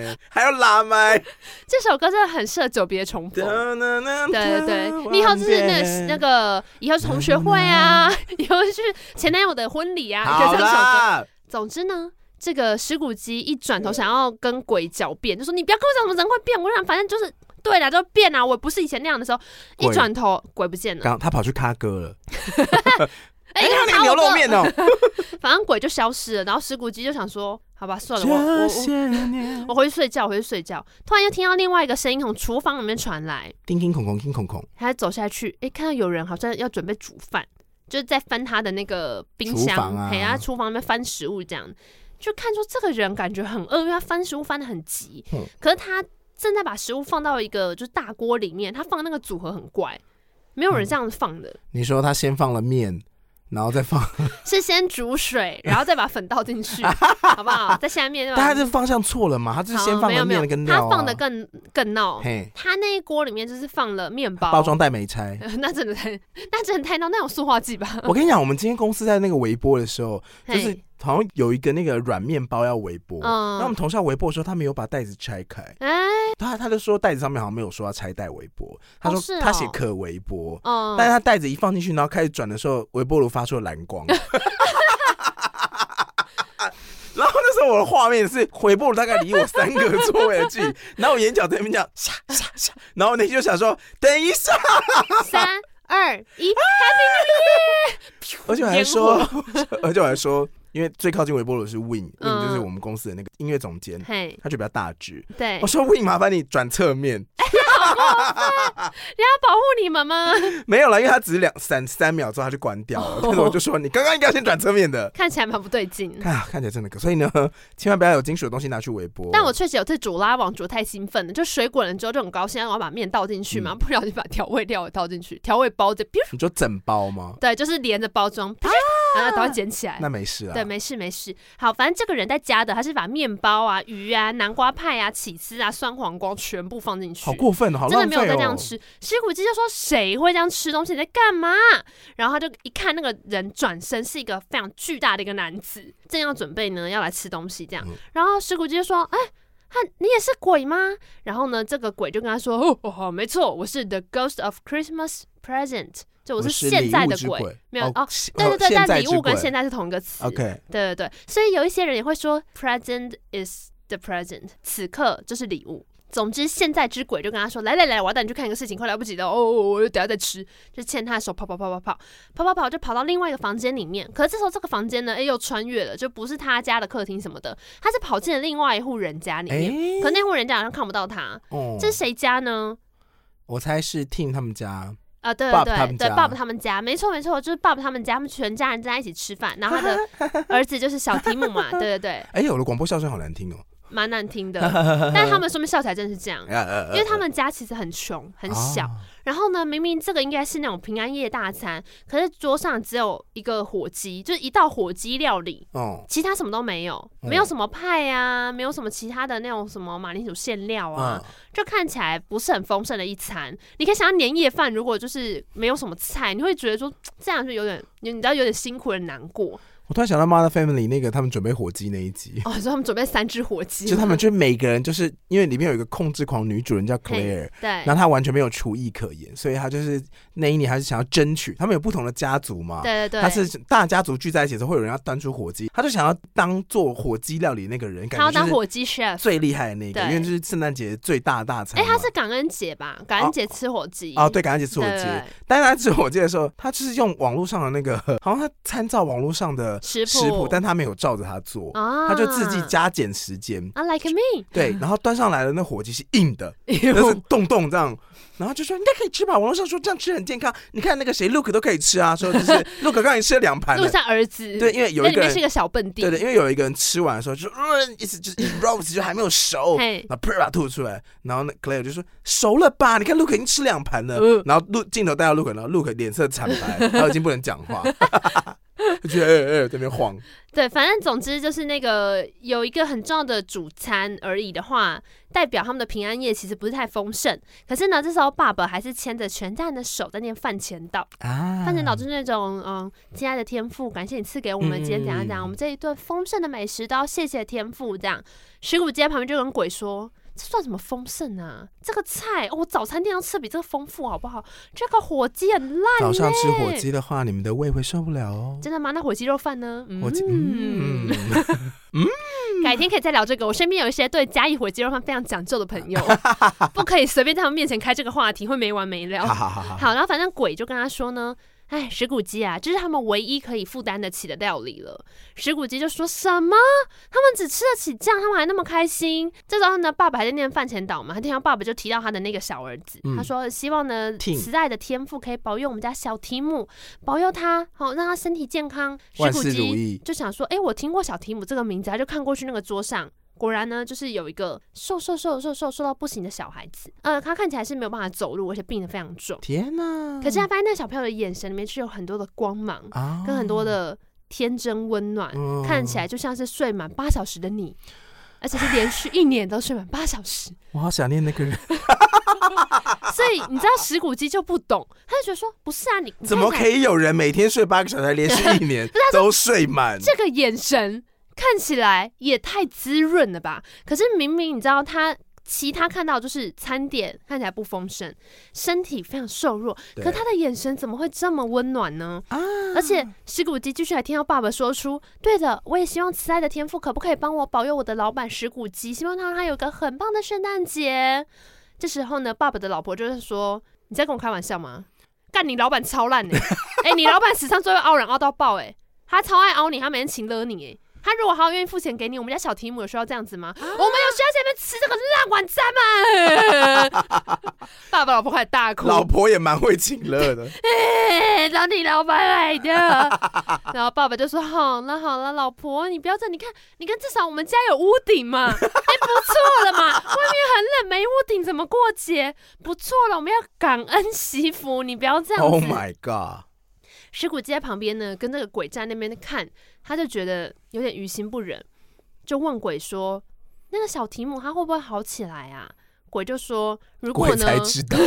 Speaker 1: 眼，还有拉麦。
Speaker 2: 这首歌真的很适合久别重逢。对
Speaker 1: 对
Speaker 2: 对对，你以后就是那个那个，以后同学会啊， 以后是前男友的婚礼啊，你
Speaker 1: 嗯好
Speaker 2: 就唱这首歌。
Speaker 1: 啦，
Speaker 2: 总之呢，这个石谷鸡一转头想要跟鬼狡辩，就说你不要跟我讲什么人会变，我想反正就是对啦，就变啦，我不是以前那样的时候。一
Speaker 1: 鬼
Speaker 2: 转头鬼 不见了，
Speaker 1: 刚他跑去咖哥了。
Speaker 2: 哎，
Speaker 1: 还有那个
Speaker 2: 查我
Speaker 1: 牛
Speaker 2: 歌
Speaker 1: 肉面哦。
Speaker 2: 反正鬼就消失了。然后石谷鸡就想说，好吧，算了，我我
Speaker 1: 这
Speaker 2: 我
Speaker 1: 些年，
Speaker 2: 我回去睡觉，我回去睡觉。突然又听到另外一个声音从厨房里面传来，
Speaker 1: 叮叮孔孔，叮孔孔，
Speaker 2: 他走下去，诶，看到有人好像要准备煮饭，就是在翻他的那个冰
Speaker 1: 厨
Speaker 2: 箱
Speaker 1: 房，啊
Speaker 2: 嘿，他厨房那边翻食物这样，就看出这个人感觉很饿，因为他翻食物翻的很急，
Speaker 1: 嗯
Speaker 2: 可是他正在把食物放到一个就是大锅里面，他放那个组合很怪，没
Speaker 1: 嗯
Speaker 2: 有人这样放的，
Speaker 1: 你说他先放了面，然后再放，
Speaker 2: 是先 煮水，然后再把粉倒进去，好不好？在下面对
Speaker 1: 但他
Speaker 2: 吧？
Speaker 1: 这方向错了嘛？他是先
Speaker 2: 好
Speaker 1: 放
Speaker 2: 没有
Speaker 1: 了
Speaker 2: 没有
Speaker 1: 面跟，料啊，
Speaker 2: 他放的更更闹。
Speaker 1: 嘿，
Speaker 2: 他那一锅里面就是放了面包，
Speaker 1: 包装袋没拆。
Speaker 2: 那真的太，那真的太闹，那种塑化剂吧。
Speaker 1: 我跟你讲，我们今天公司在那个微波的时候，就
Speaker 2: 嘿
Speaker 1: 是好像有一个那个软面包要微波，
Speaker 2: 嗯
Speaker 1: 然后我们同事要微波的时候，他没有把袋子拆开，
Speaker 2: 哎，
Speaker 1: 他他就说袋子上面好像没有说要拆袋微波，他说、
Speaker 2: 是哦
Speaker 1: 他写可微波，
Speaker 2: 嗯，
Speaker 1: 但是他袋子一放进去，然后开始转的时候，微波炉发出了蓝光。 然后那时候我的画面是微波炉大概离我三个座位的距离，然后我眼角在那边这样下下下，然后我内心就想说等一下，
Speaker 2: 三二
Speaker 1: 哎
Speaker 2: 一，
Speaker 1: 而且我还说，而且我还说，因为最靠近微波炉是 Win，Win、
Speaker 2: 嗯
Speaker 1: 就是我们公司的那个音乐总监，
Speaker 2: 嘿，
Speaker 1: 他就比较大只。
Speaker 2: 对，
Speaker 1: 我
Speaker 2: 人
Speaker 1: 说 Win，麻烦你转侧面，
Speaker 2: 家保护你们吗？
Speaker 1: 没有了，因为他只是两三三秒之后他就关掉
Speaker 2: 哦
Speaker 1: 了，但是我就说你刚刚应该先转侧面的。
Speaker 2: 看起来蛮不对劲。
Speaker 1: 看看起来真的可，所以呢， 千万不要有金属的东西拿去微波。
Speaker 2: 但我确实有次煮拉网煮得太兴奋了，就水滚了之后就很高兴，我要把面倒进去
Speaker 1: 嗯
Speaker 2: 嘛，不小心把调味料也倒进去，调味包这，
Speaker 1: 你说整包吗？
Speaker 2: 对，就是连着包装，然后赶快捡起来。
Speaker 1: 啊那没事啊。
Speaker 2: 哎对，没事没事。好，反正这个人在家的，他是把面包啊、鱼啊、南瓜派啊、起司啊、酸黄瓜全部放进去，
Speaker 1: 好过分哦，好
Speaker 2: 真的
Speaker 1: 浪费
Speaker 2: 没有
Speaker 1: 哦。
Speaker 2: 再这样吃。石谷鸡就说：“谁会这样吃东西？你在干嘛？”然后他就一看那个人转身是一个非常巨大的一个男子，正要准备呢要来吃东西这样
Speaker 1: 嗯。
Speaker 2: 然后石谷鸡就说：“哎。”他，你也是鬼吗？然后呢，这个鬼就跟他说：“哦，哦没错，我是 The Ghost of Christmas Present，就
Speaker 1: 我
Speaker 2: 我是
Speaker 1: 是
Speaker 2: 现在
Speaker 1: 礼物
Speaker 2: 的
Speaker 1: 之
Speaker 2: 鬼，
Speaker 1: 鬼
Speaker 2: 没有哦。
Speaker 1: 是
Speaker 2: 对对对，
Speaker 1: 现
Speaker 2: 但
Speaker 1: 在
Speaker 2: 礼
Speaker 1: 之
Speaker 2: 物跟
Speaker 1: 鬼
Speaker 2: 现在是同一个词。
Speaker 1: OK，
Speaker 2: 对对对，所以有一些人也会说 present is the present，此刻就是礼物。总之，现在之鬼就跟他说：“来来来，我要带你去看一个事情，快来不及了哦，我等下再吃。”就牵他的手跑跑跑跑跑跑跑跑，就跑到另外一个房间里面。可是这时候这个房间呢，哎、又穿越了，就不是他家的客厅什么的，他是跑进了另外一户人家里面。
Speaker 1: 哎，
Speaker 2: 可那户人家好像看不到他，
Speaker 1: 哦
Speaker 2: 这是谁家呢？
Speaker 1: 我猜是 Tim 他们家，
Speaker 2: 啊，对
Speaker 1: Bob
Speaker 2: 对
Speaker 1: 他们
Speaker 2: 对
Speaker 1: 家
Speaker 2: ，Bob 他们家，没错没错，就是 Bob 他们家，他们全家人在一起吃饭，然后他 的儿子就是小提姆嘛，对对对，
Speaker 1: 哎，我的广播笑声好难听哦。
Speaker 2: 蛮难 听的，但他们说明笑起来真的是这样，因
Speaker 1: 因
Speaker 2: 为他们家其实很穷
Speaker 1: 呃
Speaker 2: 很小，
Speaker 1: 哦啊
Speaker 2: 然后呢，明明这个应该是那种平安夜大餐，可是桌上只有一个火鸡，就是一道火鸡料理。
Speaker 1: 哦，
Speaker 2: 其他什么都没有，
Speaker 1: 嗯
Speaker 2: 没有什么派啊，没有什么其他的那种什么马铃薯馅料啊，
Speaker 1: 啊，
Speaker 2: 就看起来不是很丰盛的一餐。你可以想象年夜饭如果就是没有什么菜，你会觉得说这样就有点，你知道有点辛苦很难过。
Speaker 1: 我突然想到《Mother Family》那个他们准备火鸡那一集。
Speaker 2: 哦，你说他们准备三只火鸡吗，
Speaker 1: 就他 们就每个人就是因为里面有一个控制狂女主人叫 Claire，
Speaker 2: 对
Speaker 1: 然后她完全没有厨艺可言，所以她就是那一年还是想要争取。他们有不同的家族嘛，
Speaker 2: 对对对，
Speaker 1: 他是大家族聚在一起的时候，会有人要端出火鸡，他就想要当做火鸡料理那个人，感
Speaker 2: 他要
Speaker 1: 觉
Speaker 2: 当
Speaker 1: 就是
Speaker 2: 火鸡 chef。
Speaker 1: 最厉害的那个，
Speaker 2: 对
Speaker 1: 因为就是圣诞节最大的大餐
Speaker 2: 哎、
Speaker 1: 嘛。
Speaker 2: 他是感恩节吧？感恩节吃火鸡
Speaker 1: 哦哦，对，感恩节吃
Speaker 2: 对
Speaker 1: 火
Speaker 2: 对
Speaker 1: 鸡，
Speaker 2: 对
Speaker 1: 但是他吃火鸡的时候，他就是用网络上的那个，好像他参照网络上的
Speaker 2: 食谱
Speaker 1: 食谱，但他没有照着他做，
Speaker 2: 啊，
Speaker 1: 他就自己加减时间。
Speaker 2: 啊，like me，
Speaker 1: 对，然后端上来的 那火鸡是硬的，
Speaker 2: 哎
Speaker 1: 就是洞洞这样，然后就说应该可以吃吧。网络上说这样吃很健康，你看那个谁 Luke 都可以吃啊，说就是 Luke 刚才吃了两盘
Speaker 2: 路
Speaker 1: 了，
Speaker 2: 上儿子
Speaker 1: 对，，因为有
Speaker 2: 那
Speaker 1: 一
Speaker 2: 里
Speaker 1: 个
Speaker 2: 面
Speaker 1: 人
Speaker 2: 是一个小笨弟，
Speaker 1: 对对，因为有一个人吃完的时候就嗯，一直就是 Rose 就还没有熟，
Speaker 2: 嘿
Speaker 1: 然后啪吐出来，然后那 Claire 就说熟了吧？你看 Luke 已经吃两盘了
Speaker 2: 嗯，
Speaker 1: 然后录镜头带到 Luke，然后 Luke 脸色惨白，他已经不能讲话，就觉得哎哎哎在那边 晃，
Speaker 2: 对，反正总之就是那个有一个很重要的主餐而已的话，代表他们的平安夜其实不是太丰盛。可是呢，这时候爸爸还是牵着全家人的手在念饭前祷。
Speaker 1: 啊
Speaker 2: 饭前祷就是那种嗯，亲爱的天父，感谢你赐给我们今天怎样怎
Speaker 1: 嗯
Speaker 2: 样，我们这一顿丰盛的美食都要谢谢天父这样。石骨街旁边就有人鬼说。这算什么丰盛啊？这个菜、哦我早餐店都吃得比这个丰富，好不好？这个火鸡很烂，
Speaker 1: 早上吃火鸡的话，你们的胃会受不了哦。
Speaker 2: 真的吗？那火鸡肉饭呢？
Speaker 1: 火鸡，
Speaker 2: 嗯
Speaker 1: 嗯，
Speaker 2: 改天可以再聊这个。我身边有一些对嘉义火鸡肉饭非常讲究的 朋友，不可以随便在他们面前开这个话题，会没完没了
Speaker 1: 哈。哈哈哈。
Speaker 2: 好，然后反正鬼就跟他说呢，哎，石骨鸡啊，这是他们唯一可以负担得起的料理了。石骨鸡就说什么？他们只吃得起酱，他们还那么开心？这时候呢，爸爸还在念饭前祷嘛，他听到爸爸就提到他的那个小儿子，
Speaker 1: 嗯
Speaker 2: 他说希望呢，
Speaker 1: 听
Speaker 2: 慈爱的天父可以保佑我们家小提姆，保佑他，好、让他身体健康。石
Speaker 1: 万
Speaker 2: 骨
Speaker 1: 事如
Speaker 2: 鸡
Speaker 1: 意
Speaker 2: 就想说，哎，我听过小提姆这个名字，他就看过去那个桌上。果然呢，就是有一个瘦瘦瘦瘦瘦瘦到不行的小孩子，呃，他看起来是没有办法走路，而且病得非常重。
Speaker 1: 天哪！
Speaker 2: 可是他发现那小朋友的眼神里面是有很多的光芒，
Speaker 1: 啊
Speaker 2: 跟很多的天真温暖，
Speaker 1: 嗯
Speaker 2: 看起来就像是睡满八小时的你，而且是连续一年都睡满八小时。
Speaker 1: 我好想念那个人，
Speaker 2: 所以你知道石骨鸡就不懂，他就觉得说不是啊，你
Speaker 1: 怎么可？
Speaker 2: 你看起来
Speaker 1: 以有人每天睡八个小时，连续一 年都睡满？
Speaker 2: 这个眼神看起来也太滋润了吧？可是明明你知道他。其他看到就是餐点看起来不丰盛，身体非常瘦弱，
Speaker 1: 对
Speaker 2: 可他的眼神怎么会这么温暖呢？
Speaker 1: 啊，
Speaker 2: 而且石骨鸡继续还听到爸爸说出：“对的，我也希望慈爱的天父可不可以帮我保佑我的老板石骨鸡，希望他让他有个很棒的圣诞节。”这时候呢，爸爸的老婆就是说：“你在跟我开玩笑吗？干你老板超烂哎、欸！哎、 你老板史上最会凹人凹到爆哎、他超爱凹你，他每天请了你哎、他如果还要愿意付钱给你，我们家小提姆有需要这样子吗？我们有需要在那边吃这个烂晚餐吗？ 爸爸老婆快大哭，
Speaker 1: 老婆也蛮会请乐 的，
Speaker 2: 哎， 找你老板 来的。然后爸爸就说：“好了好了，老婆，你不要这，你看，你看，至少我们家有屋 顶嘛，哎、不错了嘛。外面很冷，没屋顶怎么过节？不错了，我们要感恩惜福，你不要这样子。
Speaker 1: Oh my god！
Speaker 2: 石骨街旁边呢，跟那个鬼站那边看，他就觉得有点于心不忍，就问鬼说：那个小提姆他会不会好起来啊？”鬼就说：“如果
Speaker 1: 鬼
Speaker 2: 呢，
Speaker 1: 才知道，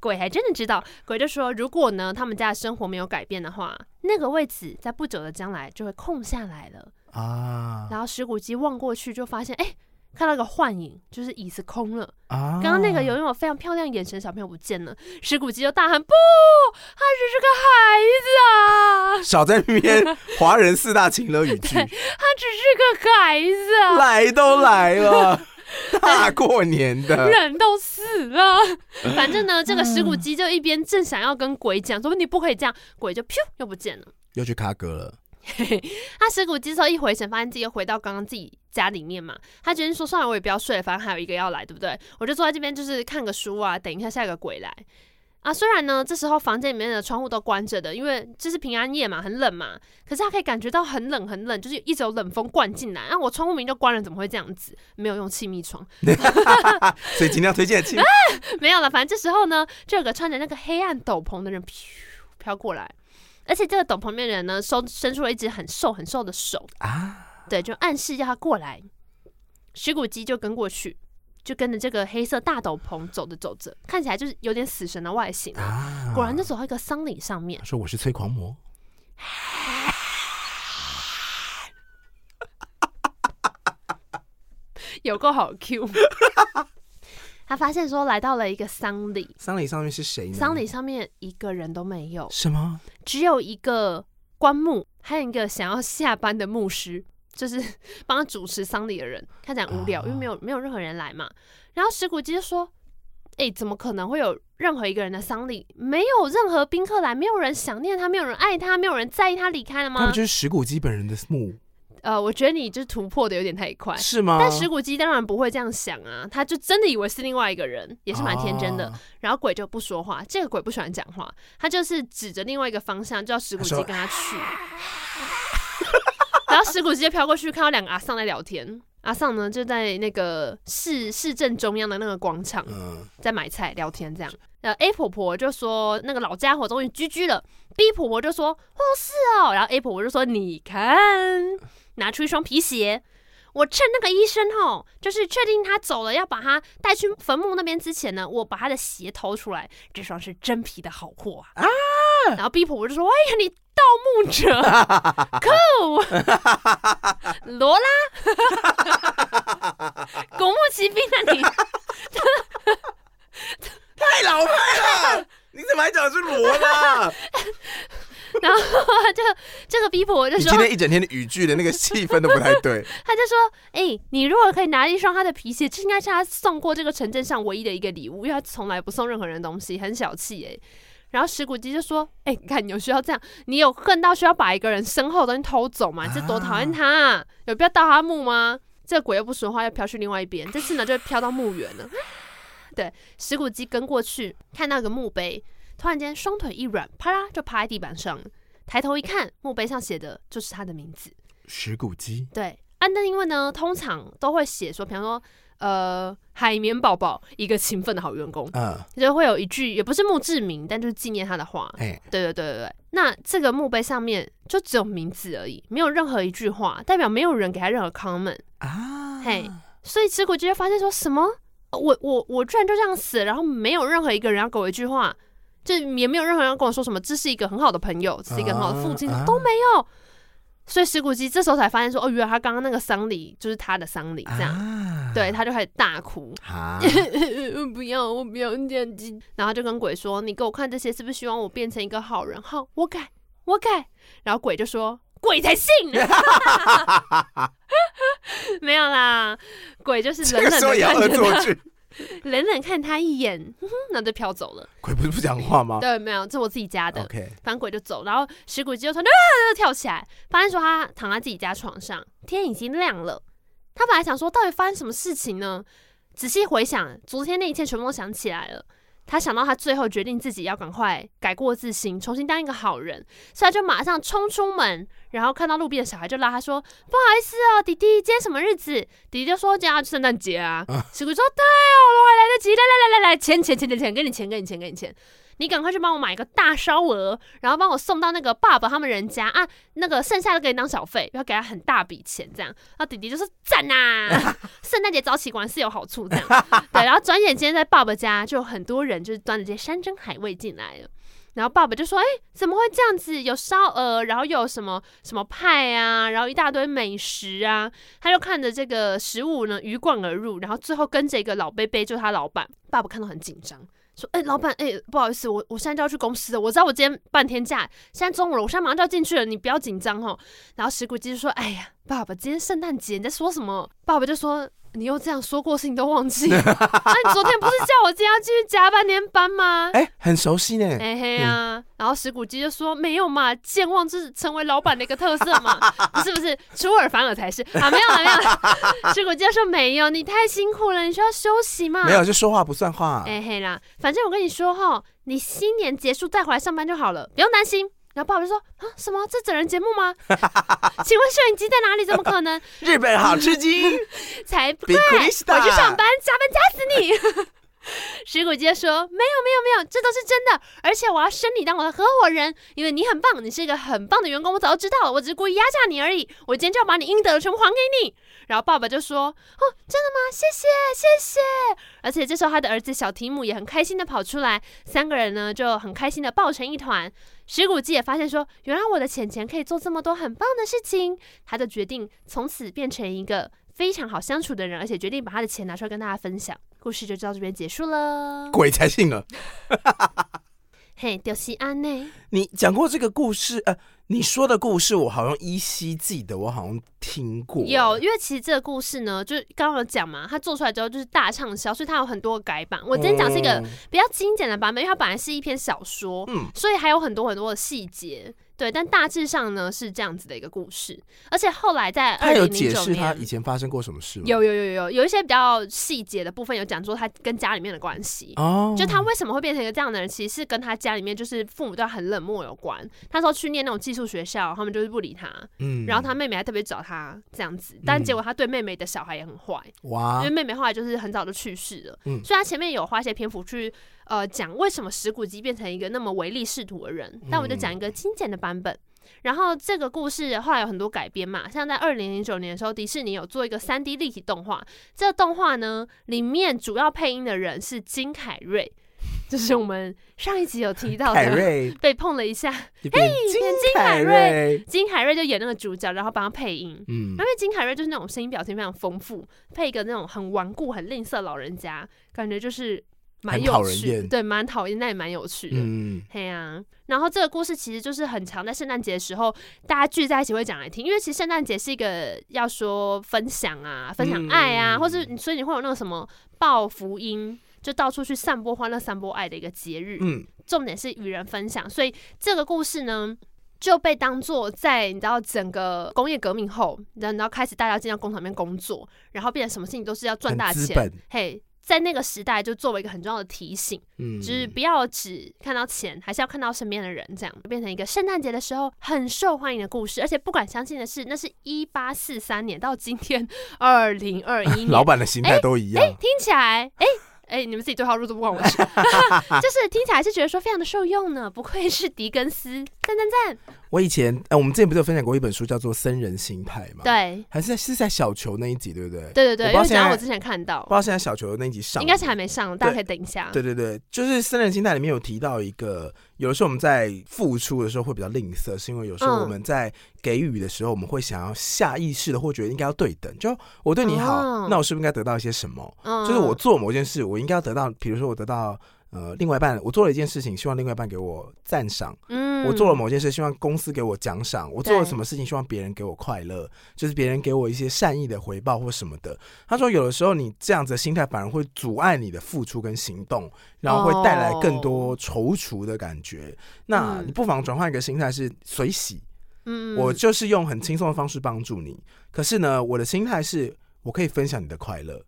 Speaker 2: 鬼还真的知道，鬼就说，如果呢他们家的生活没有改变的话，那个位置在不久的将来就会空下来了。
Speaker 1: 啊
Speaker 2: 然后石骨鸡望过去就发现，哎、看到一个幻影，就是椅子空了。
Speaker 1: 啊！
Speaker 2: 刚刚那个拥有非常漂亮眼神的小朋友不见了，石骨鸡就大喊：“不，他只是个孩子啊，
Speaker 1: 少在那边华人四大情乐语 句，
Speaker 2: 他只是个孩子 啊。”
Speaker 1: 来都来 了，大过年的，
Speaker 2: 人都死了。反正呢，这个
Speaker 1: 嗯
Speaker 2: 石骨鸡就一边正想要跟鬼讲说你不可以这样，鬼就噗又不见了。
Speaker 1: 又去卡哥了。
Speaker 2: 他石骨肌之后一回神，发现自己又回到刚刚自己家里面嘛。他决定说，算了，我也不要睡了，反正还有一个要来，对不对？我就坐在这边，就是看个书啊，等一下下一个鬼来。啊，虽然呢，这时候房间里面的窗户都关着的，因为这是平安夜嘛，很冷嘛。可是他可以感觉到很冷，很冷，就是一直有冷风灌进来。啊那、我窗户明明就关了，怎么会这样子？没有用气密窗，
Speaker 1: 所以今天要推荐的亲，
Speaker 2: 没有了。反正这时候呢，就有个穿着那个黑暗斗篷的人飘飘过来，而且这个斗篷里面的人呢，手伸出了一只很瘦很瘦的手，
Speaker 1: 啊，
Speaker 2: 对，就暗示要他过来。石骨鸡就跟过去，就跟着这个黑色大斗篷走着走着，看起来就是有点死神的外形。
Speaker 1: 啊
Speaker 2: 果然就走到一个丧礼上面
Speaker 1: 他，说我是催狂魔，
Speaker 2: 有够好 Q。他发现说来到了一个丧礼，
Speaker 1: 丧礼上面是谁呢？
Speaker 2: 丧礼上面一个人都没有，
Speaker 1: 什么？
Speaker 2: 只有一个棺木，还有一个想要下班的牧师， 就是帮他主持丧礼的人，看起来很无聊，
Speaker 1: 啊
Speaker 2: 因为没有没有任何人来嘛。然后石骨鸡就说：“哎、怎么可能会有任何一个人的丧礼？没有任何宾客来，没有人想念他，没有人爱他，没有人在意他离开了
Speaker 1: 他
Speaker 2: 吗
Speaker 1: 不就是石骨基本人的墓？”
Speaker 2: 呃，我觉得你就是突破的有点太快。
Speaker 1: 是吗？
Speaker 2: 但石骨鸡当然不会这样想啊，他就真的以为是另外一个人，也是蛮天真的。
Speaker 1: 啊
Speaker 2: 然后鬼就不说话，这个鬼不喜欢讲话，他就是指着另外一个方向，叫石骨鸡
Speaker 1: 他说
Speaker 2: 跟他去。然后石骨鸡就飘过去，看到两个阿桑在聊天，阿尚呢就在那个市市政中央的那个广场
Speaker 1: 嗯，
Speaker 2: 在买菜聊天这样。呃，A 婆婆就说那个老家伙终于居居了，B 婆婆就说哦是哦，然后 A 婆婆就说你看，拿出一双皮鞋。我趁那个医生吼，就是确定他走了，要把他带去坟墓那边之前呢，我把他的鞋偷出来，这双是真皮的好货啊！然后 B 婆婆就说：“哎呀，你盗墓者，酷，罗拉，古墓奇兵啊你！”
Speaker 1: 太老派了，你怎么还讲出罗 啦？
Speaker 2: 然后就这个 B 婆就
Speaker 1: 你
Speaker 2: 说
Speaker 1: 今，天一整天的语句的那个气氛都不太 对，
Speaker 2: 他就说，哎、你如果可以拿一双他的皮鞋，这应该是他送过这个城镇上唯一的一个礼物，因为他从来不送任何人东西，很小气哎、然后石谷基就说：“哎、你看你有需要这样，你有恨到需要把一个人身后的东西偷走吗？你这多讨厌他、啊！有必要盗他墓吗？”这鬼又不说话，又飘去另外一边。这次呢，就飘到墓园了。 对，石谷基跟过去，看到一个墓碑，突然间双腿一软，啪啦就趴在地板上了。抬头一看，墓碑上写的就是他的名字。
Speaker 1: 石骨鸡
Speaker 2: 对，啊，那因为呢，通常都会写说，比方说，呃，海绵宝宝一个勤奋的好员工，
Speaker 1: 啊，
Speaker 2: 就会有一句也不是墓志铭，但就是纪念他的话。
Speaker 1: 哎，
Speaker 2: 对对对对对，那这个墓碑上面就只有名字而已，没有任何一句话，代表没有人给他任何 comment。
Speaker 1: 啊，
Speaker 2: 嘿所以持谷就会发现说什么，呃我我我居然就这样死了，然后没有任何一个人要给我一句话，就也没有任何人要跟我说什么，这是一个很好的朋友，这是一个很好的父亲，
Speaker 1: 啊
Speaker 2: 都没有。所以石谷基这时候才发现说，哦，原来他刚刚那个丧礼就是他的丧礼，这样，
Speaker 1: 啊样
Speaker 2: 对，，他就开始大哭，
Speaker 1: 啊，
Speaker 2: 不要，我不要这样子。然后就跟鬼说：“你给我看这些，是不是希望我变成一个好人？好，我改，我改。”然后鬼就说：“鬼才信 呢！”没有啦，鬼就是
Speaker 1: 这
Speaker 2: 冷
Speaker 1: 个
Speaker 2: 冷
Speaker 1: 时候
Speaker 2: 的
Speaker 1: 也 要
Speaker 2: 看
Speaker 1: 恶
Speaker 2: 着
Speaker 1: 作
Speaker 2: 他，
Speaker 1: 剧，
Speaker 2: 冷冷看他一眼，哼哼然后就飘走了。
Speaker 1: 鬼不是不讲话吗
Speaker 2: 对，没有，这我自己家的。
Speaker 1: ？OK，
Speaker 2: 反正鬼就走，然后石骨鸡就突然就、啊、跳起来，发现说他躺在自己家床上，天已经亮了。他本来想说到底发生什么事情呢？仔细回想，昨天那一切全部都想起来了。他想到他最后决定自己要赶快改过自新，重新当一个好人，所以他就马上冲出门，然后看到路边的小孩就拉他说：“不好意思哦，弟弟，今天什么日子？”弟弟就说：“今天要圣诞节啊。”石骨说：“对哦，我还来得及，来来来来来，钱钱钱钱钱，给你钱给你钱给你钱，你赶快去帮我买一个大烧鹅，然后帮我送到那个爸爸他们人家啊，那个剩下的给你当小费，要给他很大笔钱这样。然后弟弟就说赞呐，圣诞节早起果然是有好处这样。对，然后转眼间在爸爸家就有很多人就是端着这些山珍海味进来了。然后爸爸就说：“哎、怎么会这样子？有烧鹅，然后又有什么什么派啊，然后一大堆美食啊。”他就看着这个食物呢鱼贯而入，然后最后跟着一个老贝贝，就是他老板。爸爸看到很紧张，说：“哎、老板，哎、不好意思，我我现在就要去公司了。我知道我今天半天假，现在中午了，我现在马上就要进去了，你不要紧张哦。”然后石谷鸡就说：“哎呀，爸爸，今天圣诞节你在说什么？”爸爸就说：“你又这样说过事，你都忘记了。那、你昨天不是叫我今天要继续加半天班吗？”
Speaker 1: 哎，很熟悉呢，
Speaker 2: 哎嘿啊，然后石谷鸡就说没有嘛，健忘就是成为老板的一个特色 嘛，不是不是，出尔反尔才是啊，没有了没有了， 石谷鸡就说没有，你太辛苦了，你需要休息嘛，
Speaker 1: 没有，就说话不算话，
Speaker 2: 哎、嘿啦，反正我跟你说哈，你新年结束再回来上班就好了，不用担心。然后爸爸就说啊，什么这整人节目吗？ 请问摄影机在哪里？怎么可能？
Speaker 1: 日本好吃 鸡，
Speaker 2: 才不
Speaker 1: 比
Speaker 2: 会！
Speaker 1: 克
Speaker 2: 我
Speaker 1: 利
Speaker 2: 去
Speaker 1: 斯塔
Speaker 2: 上班，加班加死你！ 石谷接说：“没有，没有，没有，这都是真的，而且我要升你当我的合伙人，因为你很棒，你是一个很棒的员工，我早就知道了，我只是故意压榨你而已。我今天就要把你应得的全部还给你。”然后爸爸就说：“哦，真的吗？谢谢，谢谢。”而且这时候他的儿子小提姆也很开心的跑出来，三个人呢就很开心的抱成一团。石谷基也发现说，原来我的钱钱可以做这么多很棒的事情，他就决定从此变成一个非常好相处的人，而且决定把他的钱拿出来跟大家分享。故事就到这边结束了。
Speaker 1: 鬼才信了。
Speaker 2: 嘿，丢西安呢？
Speaker 1: 你讲过这个故事，呃，你说的故事我好像依稀记得，我好像听过。
Speaker 2: 有，因为其实这个故事呢，就是刚刚有讲嘛，他做出来之后就是大畅销，所以他有很多改版。我今天讲是一个
Speaker 1: 嗯
Speaker 2: 比较精简的版本，因为它本来是一篇小说，
Speaker 1: 嗯
Speaker 2: 所以还有很多很多的细节。对，但大致上呢是这样子的一个故事，而且后来在二
Speaker 1: 他
Speaker 2: 零
Speaker 1: 有
Speaker 2: 零
Speaker 1: 解
Speaker 2: 九
Speaker 1: 释他
Speaker 2: 年
Speaker 1: 以。前发生过什么事吗？
Speaker 2: 有有有有有一些比较细节的部分，有讲说他跟家里面的关系，
Speaker 1: 哦，
Speaker 2: 就他为什么会变成一个这样的人，其实是跟他家里面就是父母对他很冷漠有关。他说去念那种寄宿学校，他们就是不理他，
Speaker 1: 嗯
Speaker 2: 然后他妹妹还特别找他这样子，但结果他对妹妹的小孩也很坏，因
Speaker 1: 哇
Speaker 2: 为妹嗯妹后来就是很早就去世了，
Speaker 1: 啊嗯
Speaker 2: 所以他前面有花一些篇幅去呃讲为什么石谷基变成一个那么唯利是图的人，但我就讲一
Speaker 1: 嗯
Speaker 2: 个精简的版本。然后这个故事后来有很多改编嘛，像在二零零九年的时候，迪士尼有做一个三 D 立体动画，这个动画呢里面主要配音的人是金凯瑞，就是我们上一集有提到
Speaker 1: 凯
Speaker 2: 的。
Speaker 1: 瑞
Speaker 2: 被碰了一下，
Speaker 1: 一变金凯
Speaker 2: 凯瑞
Speaker 1: 瑞，
Speaker 2: 金凯瑞就演那个主角，然后帮他配音。
Speaker 1: 嗯
Speaker 2: 因，为金凯瑞就是那种声音表情非常丰富，配一个那种很顽固、很吝啬老人家，感觉就是蛮
Speaker 1: 很讨
Speaker 2: 有
Speaker 1: 人
Speaker 2: 趣的，
Speaker 1: 厌
Speaker 2: 对，蛮讨厌，但也蛮有趣的。
Speaker 1: 嗯，
Speaker 2: 嘿呀、然后这个故事其实就是很常在圣诞节的时候，大家聚在一起会讲来听，因为其实圣诞节是一个要说分享啊、分享爱啊，
Speaker 1: 嗯
Speaker 2: 或是你所以你会有那个什么报福音，就到处去散播欢乐、散播爱的一个节日。
Speaker 1: 嗯，
Speaker 2: 重点是与人分享，所以这个故事呢。就被当做在你知道整个工业革命后，然后开始大家进到工厂里面工作，然后变成什么事情都是要赚
Speaker 1: 很
Speaker 2: 大
Speaker 1: 资
Speaker 2: 钱
Speaker 1: 本。
Speaker 2: 嘿在那个时代就作为一个很重要的提醒，
Speaker 1: 嗯，
Speaker 2: 就是不要只看到钱，还是要看到身边的人，这样变成一个圣诞节的时候很受欢迎的故事。而且不敢相信的是，那是一八四三年到今天二零二一 年，
Speaker 1: 老板的心态都一样，
Speaker 2: 听起来，哎、哎、你们自己对号入座，不关我 事。 就是听起来是觉得说非常的受用呢，不愧是狄更斯，赞赞赞。
Speaker 1: 我以前，哎，我们之前不是有分享过一本书叫做《僧人心态》吗？，
Speaker 2: 对
Speaker 1: 还是在是在小球那一集，对不对？对，
Speaker 2: 对对对，因
Speaker 1: 我不知道现在
Speaker 2: 为讲到我之前看到
Speaker 1: 不知，道现在小球那一集上了
Speaker 2: 应
Speaker 1: 没，
Speaker 2: 该是还没上，大家可以等一下。
Speaker 1: 对对对，就是《僧人心态》里面有提到一个，有的时候我们在付出的时候会比较吝啬，是因为有时候
Speaker 2: 嗯
Speaker 1: 我们在给予的时候，我们会想要下意识的会觉得应该要对等，就我对你好，
Speaker 2: 哦
Speaker 1: 那我是不是应该得到一些什么？
Speaker 2: 嗯
Speaker 1: 就是我做某件事，我应该要得到，比如说我得到呃另外一半，我做了一件事情，希望另外一半给我赞赏；
Speaker 2: 嗯
Speaker 1: 我做了某件事，希望公司给我奖赏；我做了
Speaker 2: 对
Speaker 1: 什么事情，希望别人给我快乐，就是别人给我一些善意的回报或什么的。他说，有的时候你这样子的心态反而会阻碍你的付出跟行动，然后会带来更多踌躇的感觉。那
Speaker 2: 哦嗯
Speaker 1: 你不妨转换一个心态，是随喜。
Speaker 2: 嗯
Speaker 1: 我就是用很轻松的方式帮助你，可是呢，我的心态是我可以分享你的快乐。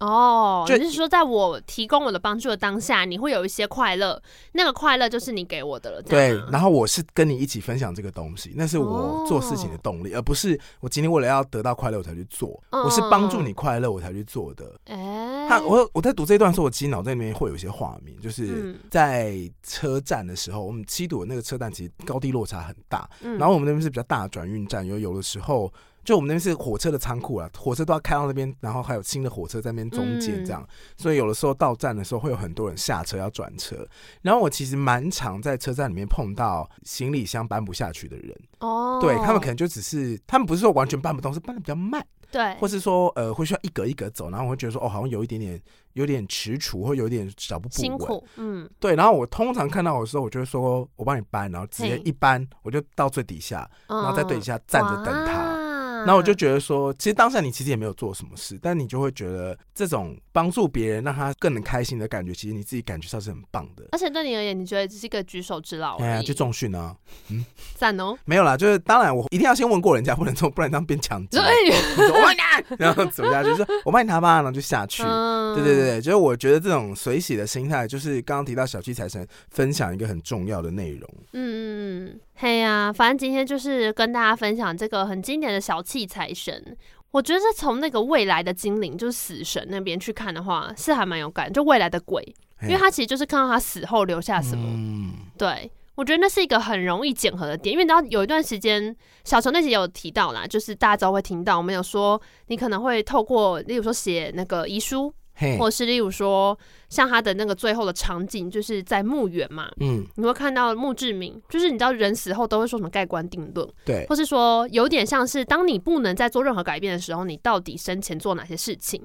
Speaker 2: 哦，
Speaker 1: 就
Speaker 2: 就是说，在我提供我的帮助的当下，你会有一些快乐，那个快乐就是你给我的了，这
Speaker 1: 对
Speaker 2: 样，吗
Speaker 1: 然后我是跟你一起分享这个东西，那是我做事
Speaker 2: 哦
Speaker 1: 情的动力，而不是我今天为了要得到快乐我才去做，
Speaker 2: 嗯
Speaker 1: 我是帮助你快乐我才去做的。
Speaker 2: 哎，
Speaker 1: 他我我在读这一段的时候，我其实脑袋里面会有一些画面，就是
Speaker 2: 嗯
Speaker 1: 在车站的时候，我们七堵的那个车站其实高低落差很大，
Speaker 2: 嗯
Speaker 1: 然后我们那边是比较大的转运站，有有的时候就我们那边是火车的仓库啊，火车都要开到那边，然后还有新的火车在那边中间这样，
Speaker 2: 嗯
Speaker 1: 所以有的时候到站的时候会有很多人下车要转车。然后我其实蛮常在车站里面碰到行李箱搬不下去的人，
Speaker 2: 哦，
Speaker 1: 对他们可能就只是他们不是说完全搬不动，是搬的比较慢，
Speaker 2: 哦对，
Speaker 1: 或是说呃会需要一格一格走，然后我会觉得说哦好像有一点点有点踟蹰，或有点脚步不
Speaker 2: 辛
Speaker 1: 稳。
Speaker 2: 苦，嗯，
Speaker 1: 对，然后我通常看到我的时候，我就会说我帮你搬，然后直接
Speaker 2: 嘿
Speaker 1: 一搬我就到最底下，
Speaker 2: 然
Speaker 1: 然后在最底下
Speaker 2: 嗯
Speaker 1: 站着等他。
Speaker 2: 他
Speaker 1: 然后我就觉得说，其实当下你其实也没有做什么事，但你就会觉得这种帮助别人让他更能开心的感觉，其实你自己感觉上是很棒的。
Speaker 2: 而且对你而言，你觉得只是一个举手之劳
Speaker 1: 哎
Speaker 2: 而
Speaker 1: 呀，
Speaker 2: 已，
Speaker 1: 就重训啊，
Speaker 2: 赞哦。
Speaker 1: 没有啦，就是当然我一定要先问过人家，不能说不然这样变强
Speaker 2: 你
Speaker 1: 制
Speaker 2: 说。哎，
Speaker 1: 你说我帮你拿，然后走下去说我帮你拿吧，然后就下去。
Speaker 2: 嗯
Speaker 1: 对对，对，就是我觉得这种随喜的心态，就是刚刚提到小七财神分享一个很重要的内容。
Speaker 2: 嗯嗯嗯，嘿呀、反正今天就是跟大家分享这个很经典的小气财神。我觉得从那个未来的精灵，就是死神那边去看的话，是还蛮有感，就未来的鬼，因为
Speaker 1: 嘿
Speaker 2: 他其实就是看到他死后留下什么，
Speaker 1: 哎嗯
Speaker 2: 对，我觉得那是一个很容易检核的点，因为你知道有一段时间，小球那集有提到啦，就是大家都会听到，我们有说你可能会透过，例如说写那个遗书，
Speaker 1: 嘿，
Speaker 2: 或是例如说像他的那个最后的场景，就是在墓园嘛，
Speaker 1: 嗯，
Speaker 2: 你会看到墓志铭，就是你知道人死后都会说什么盖棺定论，
Speaker 1: 对，
Speaker 2: 或是说有点像是当你不能再做任何改变的时候，你到底生前做哪些事情？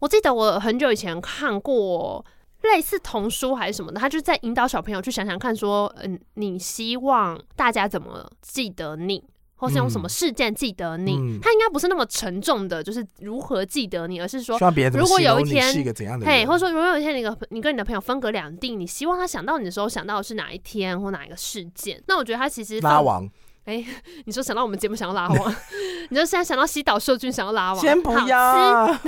Speaker 2: 我记得我很久以前看过类似童书还是什么的，他就是在引导小朋友去想想看说，嗯，你希望大家怎么记得你。或是用什么事件记得你，
Speaker 1: 嗯
Speaker 2: 他应该不是那么沉重的，就是如何记得你，而是说
Speaker 1: 希。望别人怎么
Speaker 2: 如果
Speaker 1: 形容
Speaker 2: 有一
Speaker 1: 你
Speaker 2: 天
Speaker 1: 是一个怎样的人，
Speaker 2: 嘿，或者说，如果有一天你跟你跟你的朋友分隔两地，你希望他想到你的时候想到的是哪一天或哪一个事件？那我觉得他其实
Speaker 1: 拉
Speaker 2: 放，
Speaker 1: 王，
Speaker 2: 你说想到我们节目想要拉网， 你就现在想到西岛秀俊想要拉网，
Speaker 1: 先不
Speaker 2: 好
Speaker 1: 要
Speaker 2: 吃
Speaker 1: 啊，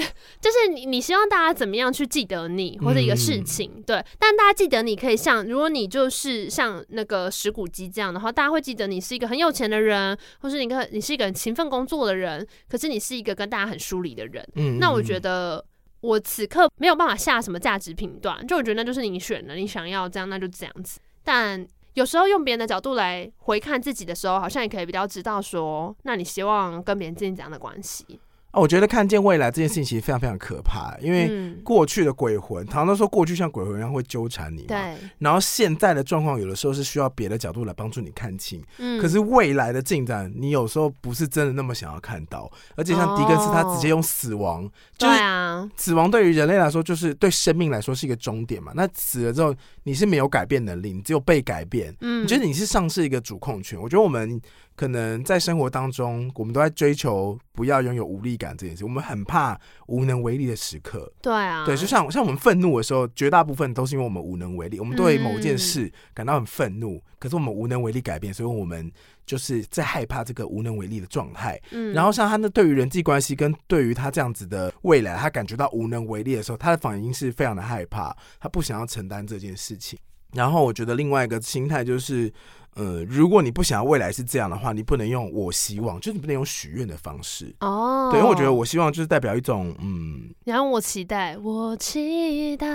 Speaker 2: 就是你，你希望大家怎么样去记得你或者一个
Speaker 1: 嗯
Speaker 2: 事情，对。但大家记得你可以像，如果你就是像那个石谷鸡这样的话，大家会记得你是一个很有钱的人，或是你个你是一个很勤奋工作的人，可是你是一个跟大家很疏离的人。
Speaker 1: 嗯
Speaker 2: 那我觉
Speaker 1: 得
Speaker 2: 得我此刻没有办法下什么价值评断，就我觉得那就是你选的，你想要这样那就这样子。但有时候用别人的角度来回看自己的时候，好像也可以比较知道说，那你希望跟别人建立怎样的关系？
Speaker 1: 啊，我觉得看见未来这件事情其实非常非常可怕，因为
Speaker 2: 嗯，
Speaker 1: 过去的鬼魂，常常都说过去像鬼魂一样会纠缠你嘛，
Speaker 2: 对，
Speaker 1: 然后现在的状况有的时候是需要别的角度来帮助你看清，
Speaker 2: 嗯，
Speaker 1: 可是未来的进展，你有时候不是真的那么想要看到，而且像狄更斯他直接用死亡，就
Speaker 2: 对
Speaker 1: 是
Speaker 2: 啊，
Speaker 1: 死亡对于人类来说，就是对生命来说是一个终点嘛。那死了之后，你是没有改变能力，你只有被改变。
Speaker 2: 嗯，
Speaker 1: 你觉得你是丧失一个主控权？我觉得我们可能在生活当中，我们都在追求不要拥有无力感这件事，我们很怕无能为力的时刻。
Speaker 2: 对啊，
Speaker 1: 对，就像像我们愤怒的时候，绝大部分都是因为我们无能为力，我们对某
Speaker 2: 嗯
Speaker 1: 件事感到很愤怒，可是我们无能为力改变，所以我们就是在害怕这个无能为力的状态。
Speaker 2: 嗯，
Speaker 1: 然后像他那对于人际关系跟对于他这样子的未来，他感觉到无能为力的时候，他的反应是非常的害怕，他不想要承担这件事情。然后我觉得另外一个心态就是，呃，如果你不想要未来是这样的话，你不能用我希望，就是你不能用许愿的方式。
Speaker 2: 哦，
Speaker 1: 对，因为我觉得我希望就是代表一种，嗯，
Speaker 2: 然后我期待，我期待，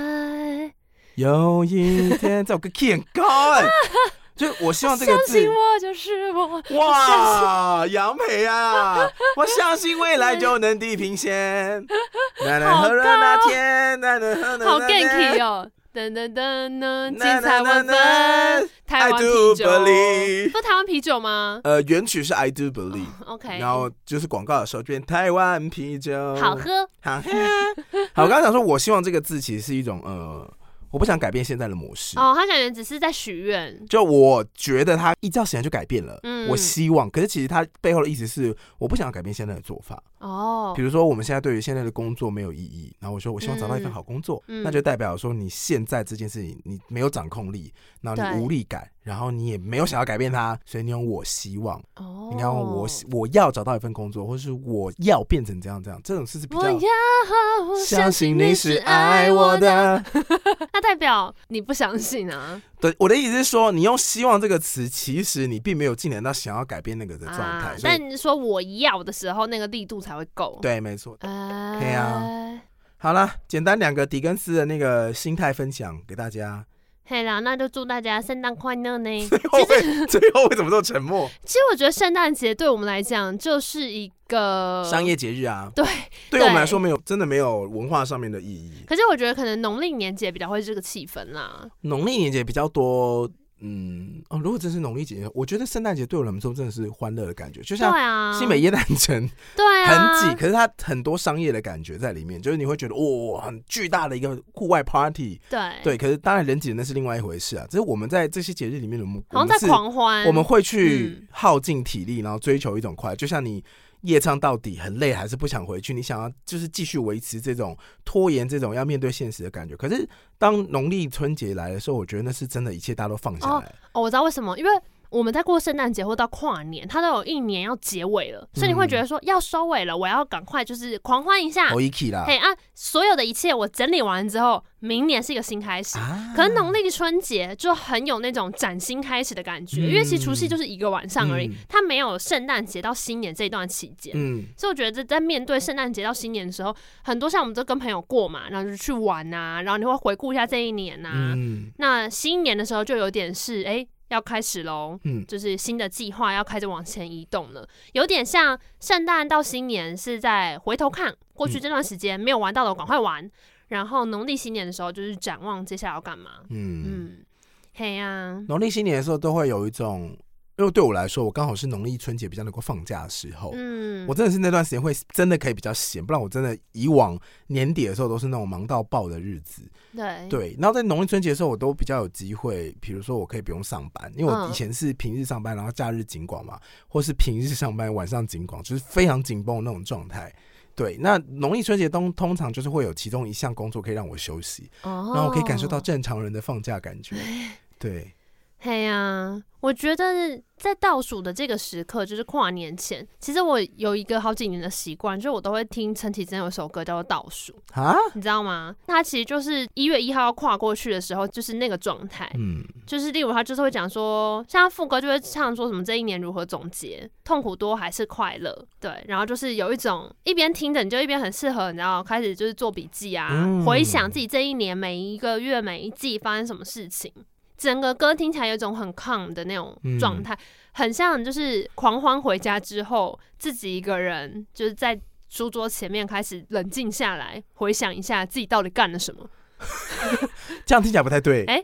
Speaker 1: 有一天这首歌 key 很高 哎、就是我希望这个
Speaker 2: 相
Speaker 1: 字
Speaker 2: 信，我就是我，
Speaker 1: 哇，杨培啊，我相信未来就能地平 线。那能喝了那天，那能喝了
Speaker 2: 好
Speaker 1: 那
Speaker 2: ganky
Speaker 1: 天。
Speaker 2: 哦，噔噔噔 噔，精
Speaker 1: 呐
Speaker 2: 彩
Speaker 1: 呐
Speaker 2: 万
Speaker 1: 呐呐
Speaker 2: 分，台
Speaker 1: I
Speaker 2: 湾
Speaker 1: do
Speaker 2: 啤酒，
Speaker 1: believe。
Speaker 2: 不台湾啤酒吗
Speaker 1: 呃，原曲是 I do believe，
Speaker 2: ？OK，
Speaker 1: 然后就是广告的时候就变台湾啤酒，
Speaker 2: 好，喝，
Speaker 1: 好喝。好，我刚刚想说，我希望这个字其实是一种呃，我不想改变现在的模式。
Speaker 2: 哦，他感觉只是在许愿，
Speaker 1: 就我觉得他一觉醒来就改变了，
Speaker 2: 嗯
Speaker 1: 我希望。可是其实他背后的意思是，我不想要改变现在的做法。
Speaker 2: 哦
Speaker 1: 比，如说我们现在对于现在的工作没有意义，然后我说我希望找到一份
Speaker 2: 嗯
Speaker 1: 好工作，
Speaker 2: 嗯
Speaker 1: 那就代表说你现在这件事情你没有掌控力，然后
Speaker 2: 对
Speaker 1: 你无力感，然后你也没有想要改变它，所以你用我希望，
Speaker 2: 哦，
Speaker 1: 你看我希我要找到一份工作，或是我要变成这样这样，这种事是比
Speaker 2: 我
Speaker 1: 较。
Speaker 2: 要
Speaker 1: 相信你是爱我，的。
Speaker 2: 那代表你不相信啊？
Speaker 1: 对，我的意思是说，你用“希望”这个词，其实你并没有进展到想要改变那个的状态。
Speaker 2: 啊、
Speaker 1: 所以
Speaker 2: 但你说我要的时候，那个力度才会够。，
Speaker 1: 对，没错。
Speaker 2: 哎、
Speaker 1: 对啊，好了，简单两个狄更斯的那个心态分享给大家。
Speaker 2: 嘿啦，那就祝大家圣诞快 乐呢。
Speaker 1: 最后会最后会怎么做沉默？
Speaker 2: 其实我觉得圣诞节对我们来讲就是一个
Speaker 1: 商。业节日啊，
Speaker 2: 呃对，
Speaker 1: 对于我们来
Speaker 2: 对
Speaker 1: 说没有真的没有文化上面的意义。
Speaker 2: 可是我觉得可能农历年节比较会这个气氛啦。
Speaker 1: 农历年节比较多，嗯，哦，如果真是农历节，我觉得圣诞节对我来说真的是欢乐的感觉，就
Speaker 2: 对
Speaker 1: 像
Speaker 2: 啊，
Speaker 1: 新北耶诞城
Speaker 2: 对啊，
Speaker 1: 很挤，可是它很多商业的感觉在里面，就是你会觉得哦，很巨大的一个户外 party，
Speaker 2: 对
Speaker 1: 对，可是当然人挤人那是另外一回事啊，只是我们在这些节日里面，我们
Speaker 2: 好像在
Speaker 1: 我们是
Speaker 2: 狂欢。
Speaker 1: 我们会去
Speaker 2: 嗯
Speaker 1: 耗尽体力，然后追求一种快乐，就像你夜唱到底很累，还是不想回去，你想要就是继续维持这种拖延，这种要面对现实的感觉。可是当农历春节来的时候，我觉得那是真的一切大家都放下来，
Speaker 2: 哦，我知道为什么，因为。我们在过圣诞节或到跨年，它都有一年要结尾了，
Speaker 1: 嗯
Speaker 2: 所以你会觉得说要收尾了，我要赶快就是狂欢一下，
Speaker 1: 好 k 啦
Speaker 2: 嘿啊，所有的一切我整理完之后，明年是一个新开始。
Speaker 1: 啊
Speaker 2: 可能农历春节就很有那种崭新开始的感觉，
Speaker 1: 嗯
Speaker 2: 因为其实除夕就是一个晚上而已，
Speaker 1: 嗯
Speaker 2: 它没有圣诞节到新年这一段期间，
Speaker 1: 嗯，
Speaker 2: 所以我觉得在面对圣诞节到新年的时候，很多像我们都跟朋友过嘛，然后就去玩啊，然后你会回顾一下这一年啊。
Speaker 1: 嗯
Speaker 2: 那新年的时候就有点是哎、诶要开始喽，
Speaker 1: 嗯
Speaker 2: 就是新的计划要开始往前移动了，有点像圣诞到新年是在回头看过去这段时间没有玩到的，我赶快玩。然后农历新年的时候就是展望接下来要干嘛。
Speaker 1: 嗯，
Speaker 2: 嗯，嘿呀、
Speaker 1: 农历新年的时候都会有一种。因为对我来说，我刚好是农历春节比较能够放假的时候。
Speaker 2: 嗯，
Speaker 1: 我真的是那段时间会真的可以比较闲，不然我真的以往年底的时候都是那种忙到爆的日子。
Speaker 2: 对
Speaker 1: 对，然后在农历春节的时候，我都比较有机会，比如说我可以不用上班，因为我
Speaker 2: 嗯
Speaker 1: 以前是平日上班，然后假日警广嘛，或是平日上班晚上警广，就是非常紧绷的那种状态。对，那农历春节通通常就是会有其中一项工作可以让我休息，
Speaker 2: 哦，
Speaker 1: 然后我可以感受到正常人的放假感 觉。对，
Speaker 2: 嘿呀、嗯我觉得在倒数的这个时刻，就是跨年前，其实我有一个好几年的习惯，就是我都会听陈绮贞有一首歌叫做《倒数》，
Speaker 1: 啊，
Speaker 2: 你知道吗？它其实就是一月一号要跨过去的时候，就是那个状态，
Speaker 1: 嗯，
Speaker 2: 就是例如他就是会讲说，像副歌就会唱说什么这一年如何总结，痛苦多还是快乐？对，然后就是有一种一边听着你就一边很适合，你知道开始就是做笔记啊，
Speaker 1: 嗯
Speaker 2: 回想自己这一年每一个月每一季发生什么事情。整个歌听起来有一种很 calm 的那种
Speaker 1: 嗯
Speaker 2: 状态，很像就是狂欢回家之后自己一个人就是在书桌前面开始冷静下来，回想一下自己到底干了什么。
Speaker 1: 这样听起来不太对。
Speaker 2: 哎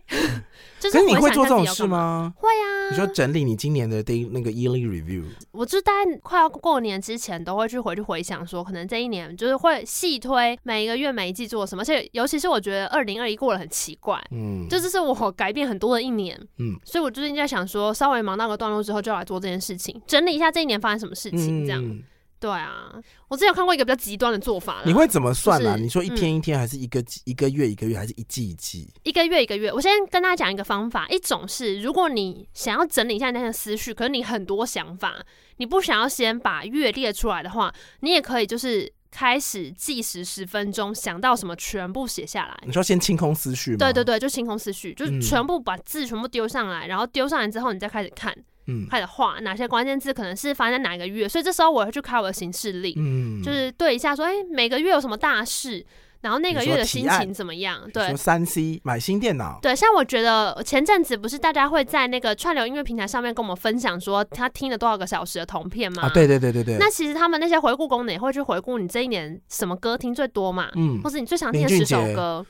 Speaker 2: 就
Speaker 1: 可
Speaker 2: 是
Speaker 1: 是你
Speaker 2: 回
Speaker 1: 会
Speaker 2: 想一
Speaker 1: 做
Speaker 2: 下
Speaker 1: 这
Speaker 2: 自己
Speaker 1: 种
Speaker 2: 要
Speaker 1: 事
Speaker 2: 干嘛？
Speaker 1: 吗？
Speaker 2: 会啊，
Speaker 1: 你说整理你今年的第一那个 yearly review，
Speaker 2: 我就大概快要过年之前，都会去回去回想说，可能这一年就是会细推每一个月每一季做什么，而且尤其是我觉得二零二一过得很奇怪。
Speaker 1: 嗯，
Speaker 2: 就这是我改变很多的一年，
Speaker 1: 嗯
Speaker 2: 所以我最近在想说，稍微忙到个段落之后，就要来做这件事情，整理一下这一年发生什么事情，这样、
Speaker 1: 嗯
Speaker 2: 对啊。我之前有看过一个比较极端的做法啦，
Speaker 1: 你会怎么算呢、
Speaker 2: 就是
Speaker 1: 你说一天一天，还是一个、一个月一个月，还是一季一季？
Speaker 2: 一个月一个月。我先跟大家讲一个方法，一种是如果你想要整理一下你那的思绪，可是你很多想法，你不想要先把月列出来的话，你也可以就是开始计时十分钟，想到什么全部写下来。
Speaker 1: 你说先清空思绪吗？
Speaker 2: 对对，对，就清空思绪，就是
Speaker 1: 嗯
Speaker 2: 全部把字全部丢上来，然后丢上来之后，你再开始看，
Speaker 1: 嗯
Speaker 2: 开始画哪些关键字可能是发生在哪一个月，所以这时候我会去开我的行事历，
Speaker 1: 嗯，
Speaker 2: 就是对一下说，哎、每个月有什么大事，然后那个
Speaker 1: 你说
Speaker 2: 月的
Speaker 1: 提
Speaker 2: 心
Speaker 1: 案
Speaker 2: 情怎么样？
Speaker 1: 你
Speaker 2: 对
Speaker 1: 说，三 C 买新电脑，
Speaker 2: 对，像我觉得前阵子不是大家会在那个串流音乐平台上面跟我们分享说他听了多少个小时的同片吗？
Speaker 1: 啊，。对对对对对，
Speaker 2: 那其实他们那些回顾功能也会去回顾你这一年什么歌听最多嘛，
Speaker 1: 嗯
Speaker 2: 或，是你最常听的
Speaker 1: 林
Speaker 2: 十
Speaker 1: 俊
Speaker 2: 首
Speaker 1: 杰
Speaker 2: 歌。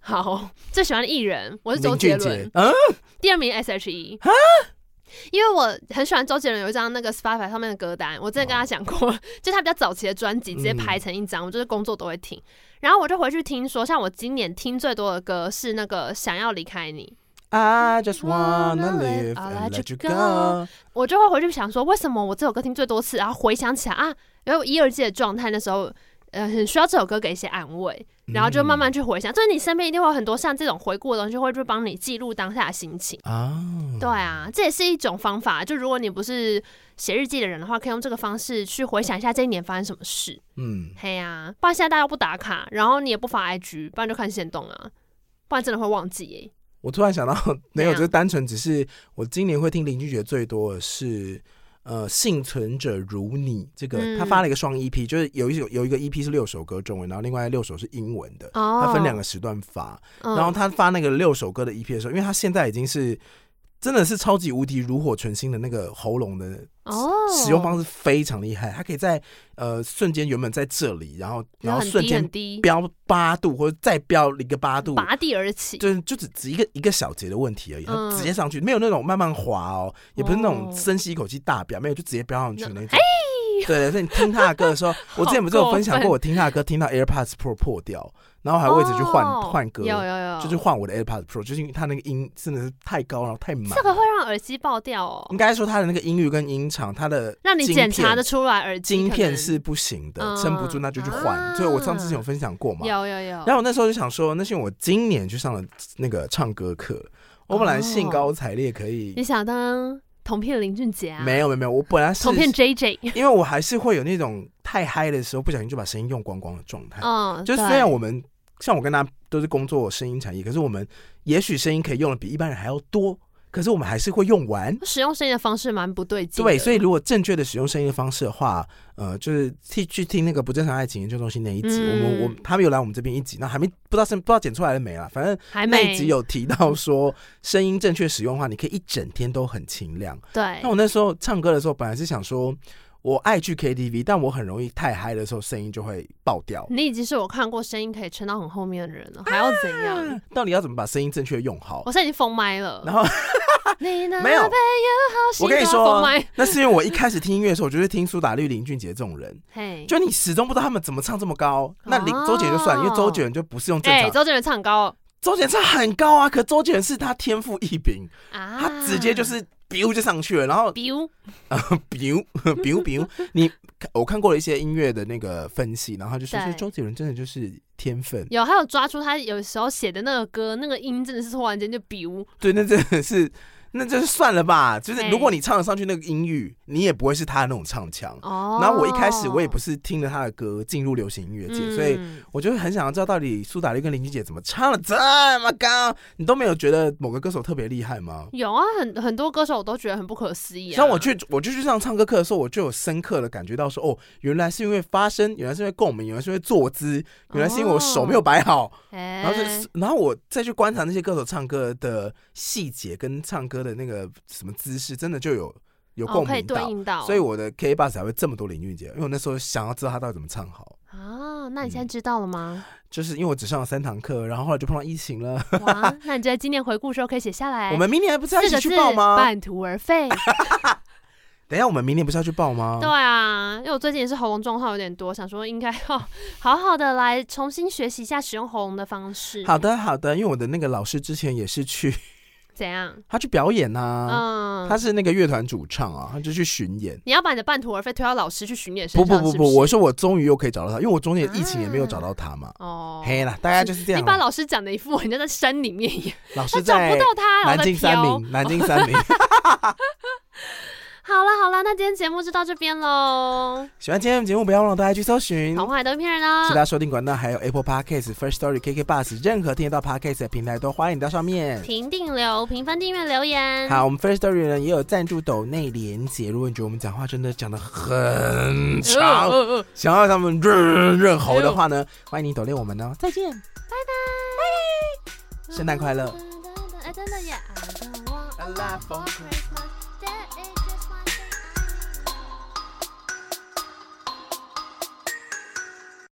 Speaker 2: 好，最喜欢的艺人我是周
Speaker 1: 林
Speaker 2: 杰
Speaker 1: 俊
Speaker 2: 伦
Speaker 1: 杰，，嗯，
Speaker 2: 第二名 S.H.E。因为我很喜欢周杰伦有一张那个 Spotify 上面的歌单，我之前
Speaker 1: 哦
Speaker 2: 跟他讲过， 就他比较早期的专辑直
Speaker 1: 嗯
Speaker 2: 接排成一张，我就是工作都会听。然后我就回去听说，像我今年听最多的歌是那个《想要离开你》，
Speaker 1: I just wanna
Speaker 2: wanna
Speaker 1: live and
Speaker 2: live and
Speaker 1: let
Speaker 2: let
Speaker 1: you
Speaker 2: you
Speaker 1: go。
Speaker 2: 我就会回去想说，为什么我这首歌听最多次，然后回想起来啊，然后一二季的状态那时候，呃，很需要这首歌给一些安慰，
Speaker 1: 嗯
Speaker 2: 然后就慢慢去回想。就是你身边一定会有很多像这种回顾的东西，会去帮你记录当下的心情。
Speaker 1: 啊，
Speaker 2: 对啊，这也是一种方法。就如果你不是写日记的人的话，可以用这个方式去回想一下这一年发生什么事。
Speaker 1: 嗯，
Speaker 2: 嘿呀、不然现在大家不打卡，然后你也不发 IG，不然就看现动啊，不然真的会忘记耶、
Speaker 1: 我突然想 到，没有，
Speaker 2: 怎样
Speaker 1: 就是单纯只是我今年会听林俊杰最多的是。呃，幸存者如你这个，
Speaker 2: 嗯
Speaker 1: 他发了一个双 EP，就是有一首有一个 EP 是六首歌中文，然后另外六首是英文的，
Speaker 2: 哦，
Speaker 1: 他分两个时段发。
Speaker 2: 嗯，
Speaker 1: 然后他发那个六首歌的 EP 的时候，因为他现在已经是真的是超级无敌炉火纯青的那个喉咙的
Speaker 2: 哦
Speaker 1: 使用方式非常厉害，他可以在呃瞬间原本在这里，然后然后
Speaker 2: 很
Speaker 1: 瞬
Speaker 2: 低
Speaker 1: 间
Speaker 2: 很低，
Speaker 1: 飙八度或者再飙一个八度。
Speaker 2: 拔地而起。
Speaker 1: 就是就只只一个一个小节的问题而已，
Speaker 2: 嗯
Speaker 1: 他直接上去，没有那种慢慢滑哦，也不是那种
Speaker 2: 哦
Speaker 1: 深吸一口气大飙，没有就直接飙上去的
Speaker 2: 那
Speaker 1: 那种。对，所以你听他的歌的时 候，我之前不是有分享过，
Speaker 2: 过分
Speaker 1: 我听他的歌听到 AirPods Pro 破掉，然后还为此去换
Speaker 2: 哦
Speaker 1: 换歌，
Speaker 2: 有有有，
Speaker 1: 就是换我的 AirPods Pro，就是因为它那个音真的是太高，然后太满了。
Speaker 2: 这个会让耳机爆掉哦
Speaker 1: 应，该说它的那个音域跟音场，它的
Speaker 2: 让你
Speaker 1: 晶
Speaker 2: 检查
Speaker 1: 片
Speaker 2: 的出来耳机
Speaker 1: 晶
Speaker 2: 可
Speaker 1: 片
Speaker 2: 能
Speaker 1: 是不行的，
Speaker 2: 嗯
Speaker 1: 撑不住那就去换。
Speaker 2: 啊
Speaker 1: 所以我上次有分享过嘛。
Speaker 2: 有有有，
Speaker 1: 然后我那时候就想说，那是因为我今年去上了那个唱歌课，我
Speaker 2: 哦
Speaker 1: 本来兴高采烈可以
Speaker 2: 你，想当同片林俊杰啊？
Speaker 1: 没有没有没有，我本来是
Speaker 2: 同 片 JJ，
Speaker 1: 因为我还是会有那种太嗨的时候，不小心就把声音用光光的状态。
Speaker 2: 嗯，
Speaker 1: 就虽
Speaker 2: 对
Speaker 1: 然我们像我跟他都是工作声音产业，可是我们也许声音可以用的比一般人还要多，可是我们还是会用完。
Speaker 2: 使用声音的方式蛮不对劲的。
Speaker 1: 对，所以如果正确的使用声音的方式的话，呃，就是去去听那个不正常爱情研究中心那一集，
Speaker 2: 嗯
Speaker 1: 我们我他们有来我们这边一集，那还没不知道是不知道剪出来了没啦，反正
Speaker 2: 还
Speaker 1: 那
Speaker 2: 没
Speaker 1: 一集有提到说声音正确使用的话，你可以一整天都很清亮。
Speaker 2: 对
Speaker 1: 那，我那时候唱歌的时候，本来是想说我爱去 KTV，但我很容易太嗨的时候声音就会爆掉。
Speaker 2: 你已经是我看过声音可以撑到很后面的人了，还要怎样？
Speaker 1: 啊到底要怎么把声音正确用好？
Speaker 2: 我现在已经封麦了，
Speaker 1: 然后
Speaker 2: 你 能
Speaker 1: 没有
Speaker 2: 陪我好
Speaker 1: 我跟你
Speaker 2: 心
Speaker 1: 说
Speaker 2: 花风来，
Speaker 1: 那是因为我一开始听音乐的时候，我就是听苏打绿、林俊杰这种人，
Speaker 2: 嘿，
Speaker 1: 就你始终不知道他们怎么唱这么高。那林
Speaker 2: 哦
Speaker 1: 周杰伦就算了，因为周杰伦就不是用正
Speaker 2: 哎，
Speaker 1: 常，
Speaker 2: 周杰伦唱高
Speaker 1: 周杰伦唱很高啊，可周杰伦是他天赋异禀，
Speaker 2: 啊，
Speaker 1: 他直接就是。biu 就上去了，然后
Speaker 2: biu，
Speaker 1: biu biu biu，你我看过了一些音乐的那个分析，然后他就说，
Speaker 2: 对
Speaker 1: 其实周杰伦真的就是天分，
Speaker 2: 有还有抓住他有时候写的那个歌，那个音真的是突然间就 biu，
Speaker 1: 对，那真的是，那就是算了吧。就是
Speaker 2: 嘿
Speaker 1: 如果你唱得上去那个音域，你也不会是他那种唱腔。
Speaker 2: 哦。
Speaker 1: 然后我一开始我也不是听了他的歌进入流行音乐界，所以
Speaker 2: 嗯
Speaker 1: 我就很想要知道到底苏打绿跟林俊杰怎么唱了这么高。你都没有觉得某个歌手特别厉害吗？
Speaker 2: 有啊，很很多歌手我都觉得很不可思议啊。
Speaker 1: 像我去，我就去上唱歌课的时候，我就有深刻的感觉到说，哦，原来是因为发声，原来是因为共鸣，原来是因为坐姿，原来是因为我手没有摆好，
Speaker 2: 哎，
Speaker 1: 然后就是，然后我再去观察那些歌手唱歌的细节跟唱歌的那个什么姿势，真的就有有
Speaker 2: 哦
Speaker 1: 共
Speaker 2: 可以
Speaker 1: 鸣
Speaker 2: 对
Speaker 1: 到。
Speaker 2: 应到，
Speaker 1: 所以我的 K b o s 才会这么多林俊杰，因为我那时候想要知道他到底怎么唱好，
Speaker 2: 啊，那你现在知道了吗？
Speaker 1: 就是因为我只上了三堂课，然后后来就碰到疫情了。
Speaker 2: 哇，那你就在今年回顾的时候可以写下来。
Speaker 1: 嗯我们明年不是要一
Speaker 2: 哎四
Speaker 1: 起
Speaker 2: 个
Speaker 1: 去
Speaker 2: 字
Speaker 1: 报吗？
Speaker 2: 半途而 废。
Speaker 1: 等一下，我们明年不是要去报吗？
Speaker 2: 对啊，因为我最近也是喉咙状况有点多，想说应该要好好的来重新学习一下使用喉咙的方式。
Speaker 1: 好的，好的，因为我的那个老师之前也是去，
Speaker 2: 怎样？
Speaker 1: 他去表演呐、
Speaker 2: 嗯
Speaker 1: 他，是那个乐团主唱啊，他就去巡演。
Speaker 2: 你要把你的半途而废推到老师去巡演身
Speaker 1: 不
Speaker 2: 上
Speaker 1: 不不
Speaker 2: 是
Speaker 1: 不，
Speaker 2: 是
Speaker 1: 我说我终于又可以找到他，因为我中间疫情也没有
Speaker 2: 啊
Speaker 1: 找到他嘛。
Speaker 2: 哦，
Speaker 1: 嘿啦，大概就是这样
Speaker 2: 你
Speaker 1: 啦。
Speaker 2: 把老师讲的一副人家在山里面一样，
Speaker 1: 老
Speaker 2: 他
Speaker 1: 师
Speaker 2: 找不
Speaker 1: 在
Speaker 2: 到他，然
Speaker 1: 南
Speaker 2: 后在
Speaker 1: 京三
Speaker 2: 飘。
Speaker 1: 明，南京三 明。
Speaker 2: 好了好了，那今天节目就到这边喽，
Speaker 1: 喜欢今天的节目，不要忘了大家去搜寻。
Speaker 2: 童
Speaker 1: 其
Speaker 2: 话也都骗人啊
Speaker 1: 他。收听管道还有 Apple Podcast、First Story、KK Bus，任何听得到 Podcast 的平台都欢迎到上面。
Speaker 2: 评定留、评分、订阅、留言。
Speaker 1: 好，我们 First Story 呢也有赞助抖内连结，如果你觉得我们讲话真的讲的很
Speaker 2: 呃，呃
Speaker 1: 长，
Speaker 2: 呃
Speaker 1: 想要他们润润喉的话呢，欢迎你抖内我们哦。再见，拜拜，圣诞快乐。
Speaker 2: 哎，真的耶！I don't want a lot for Christmas. There is a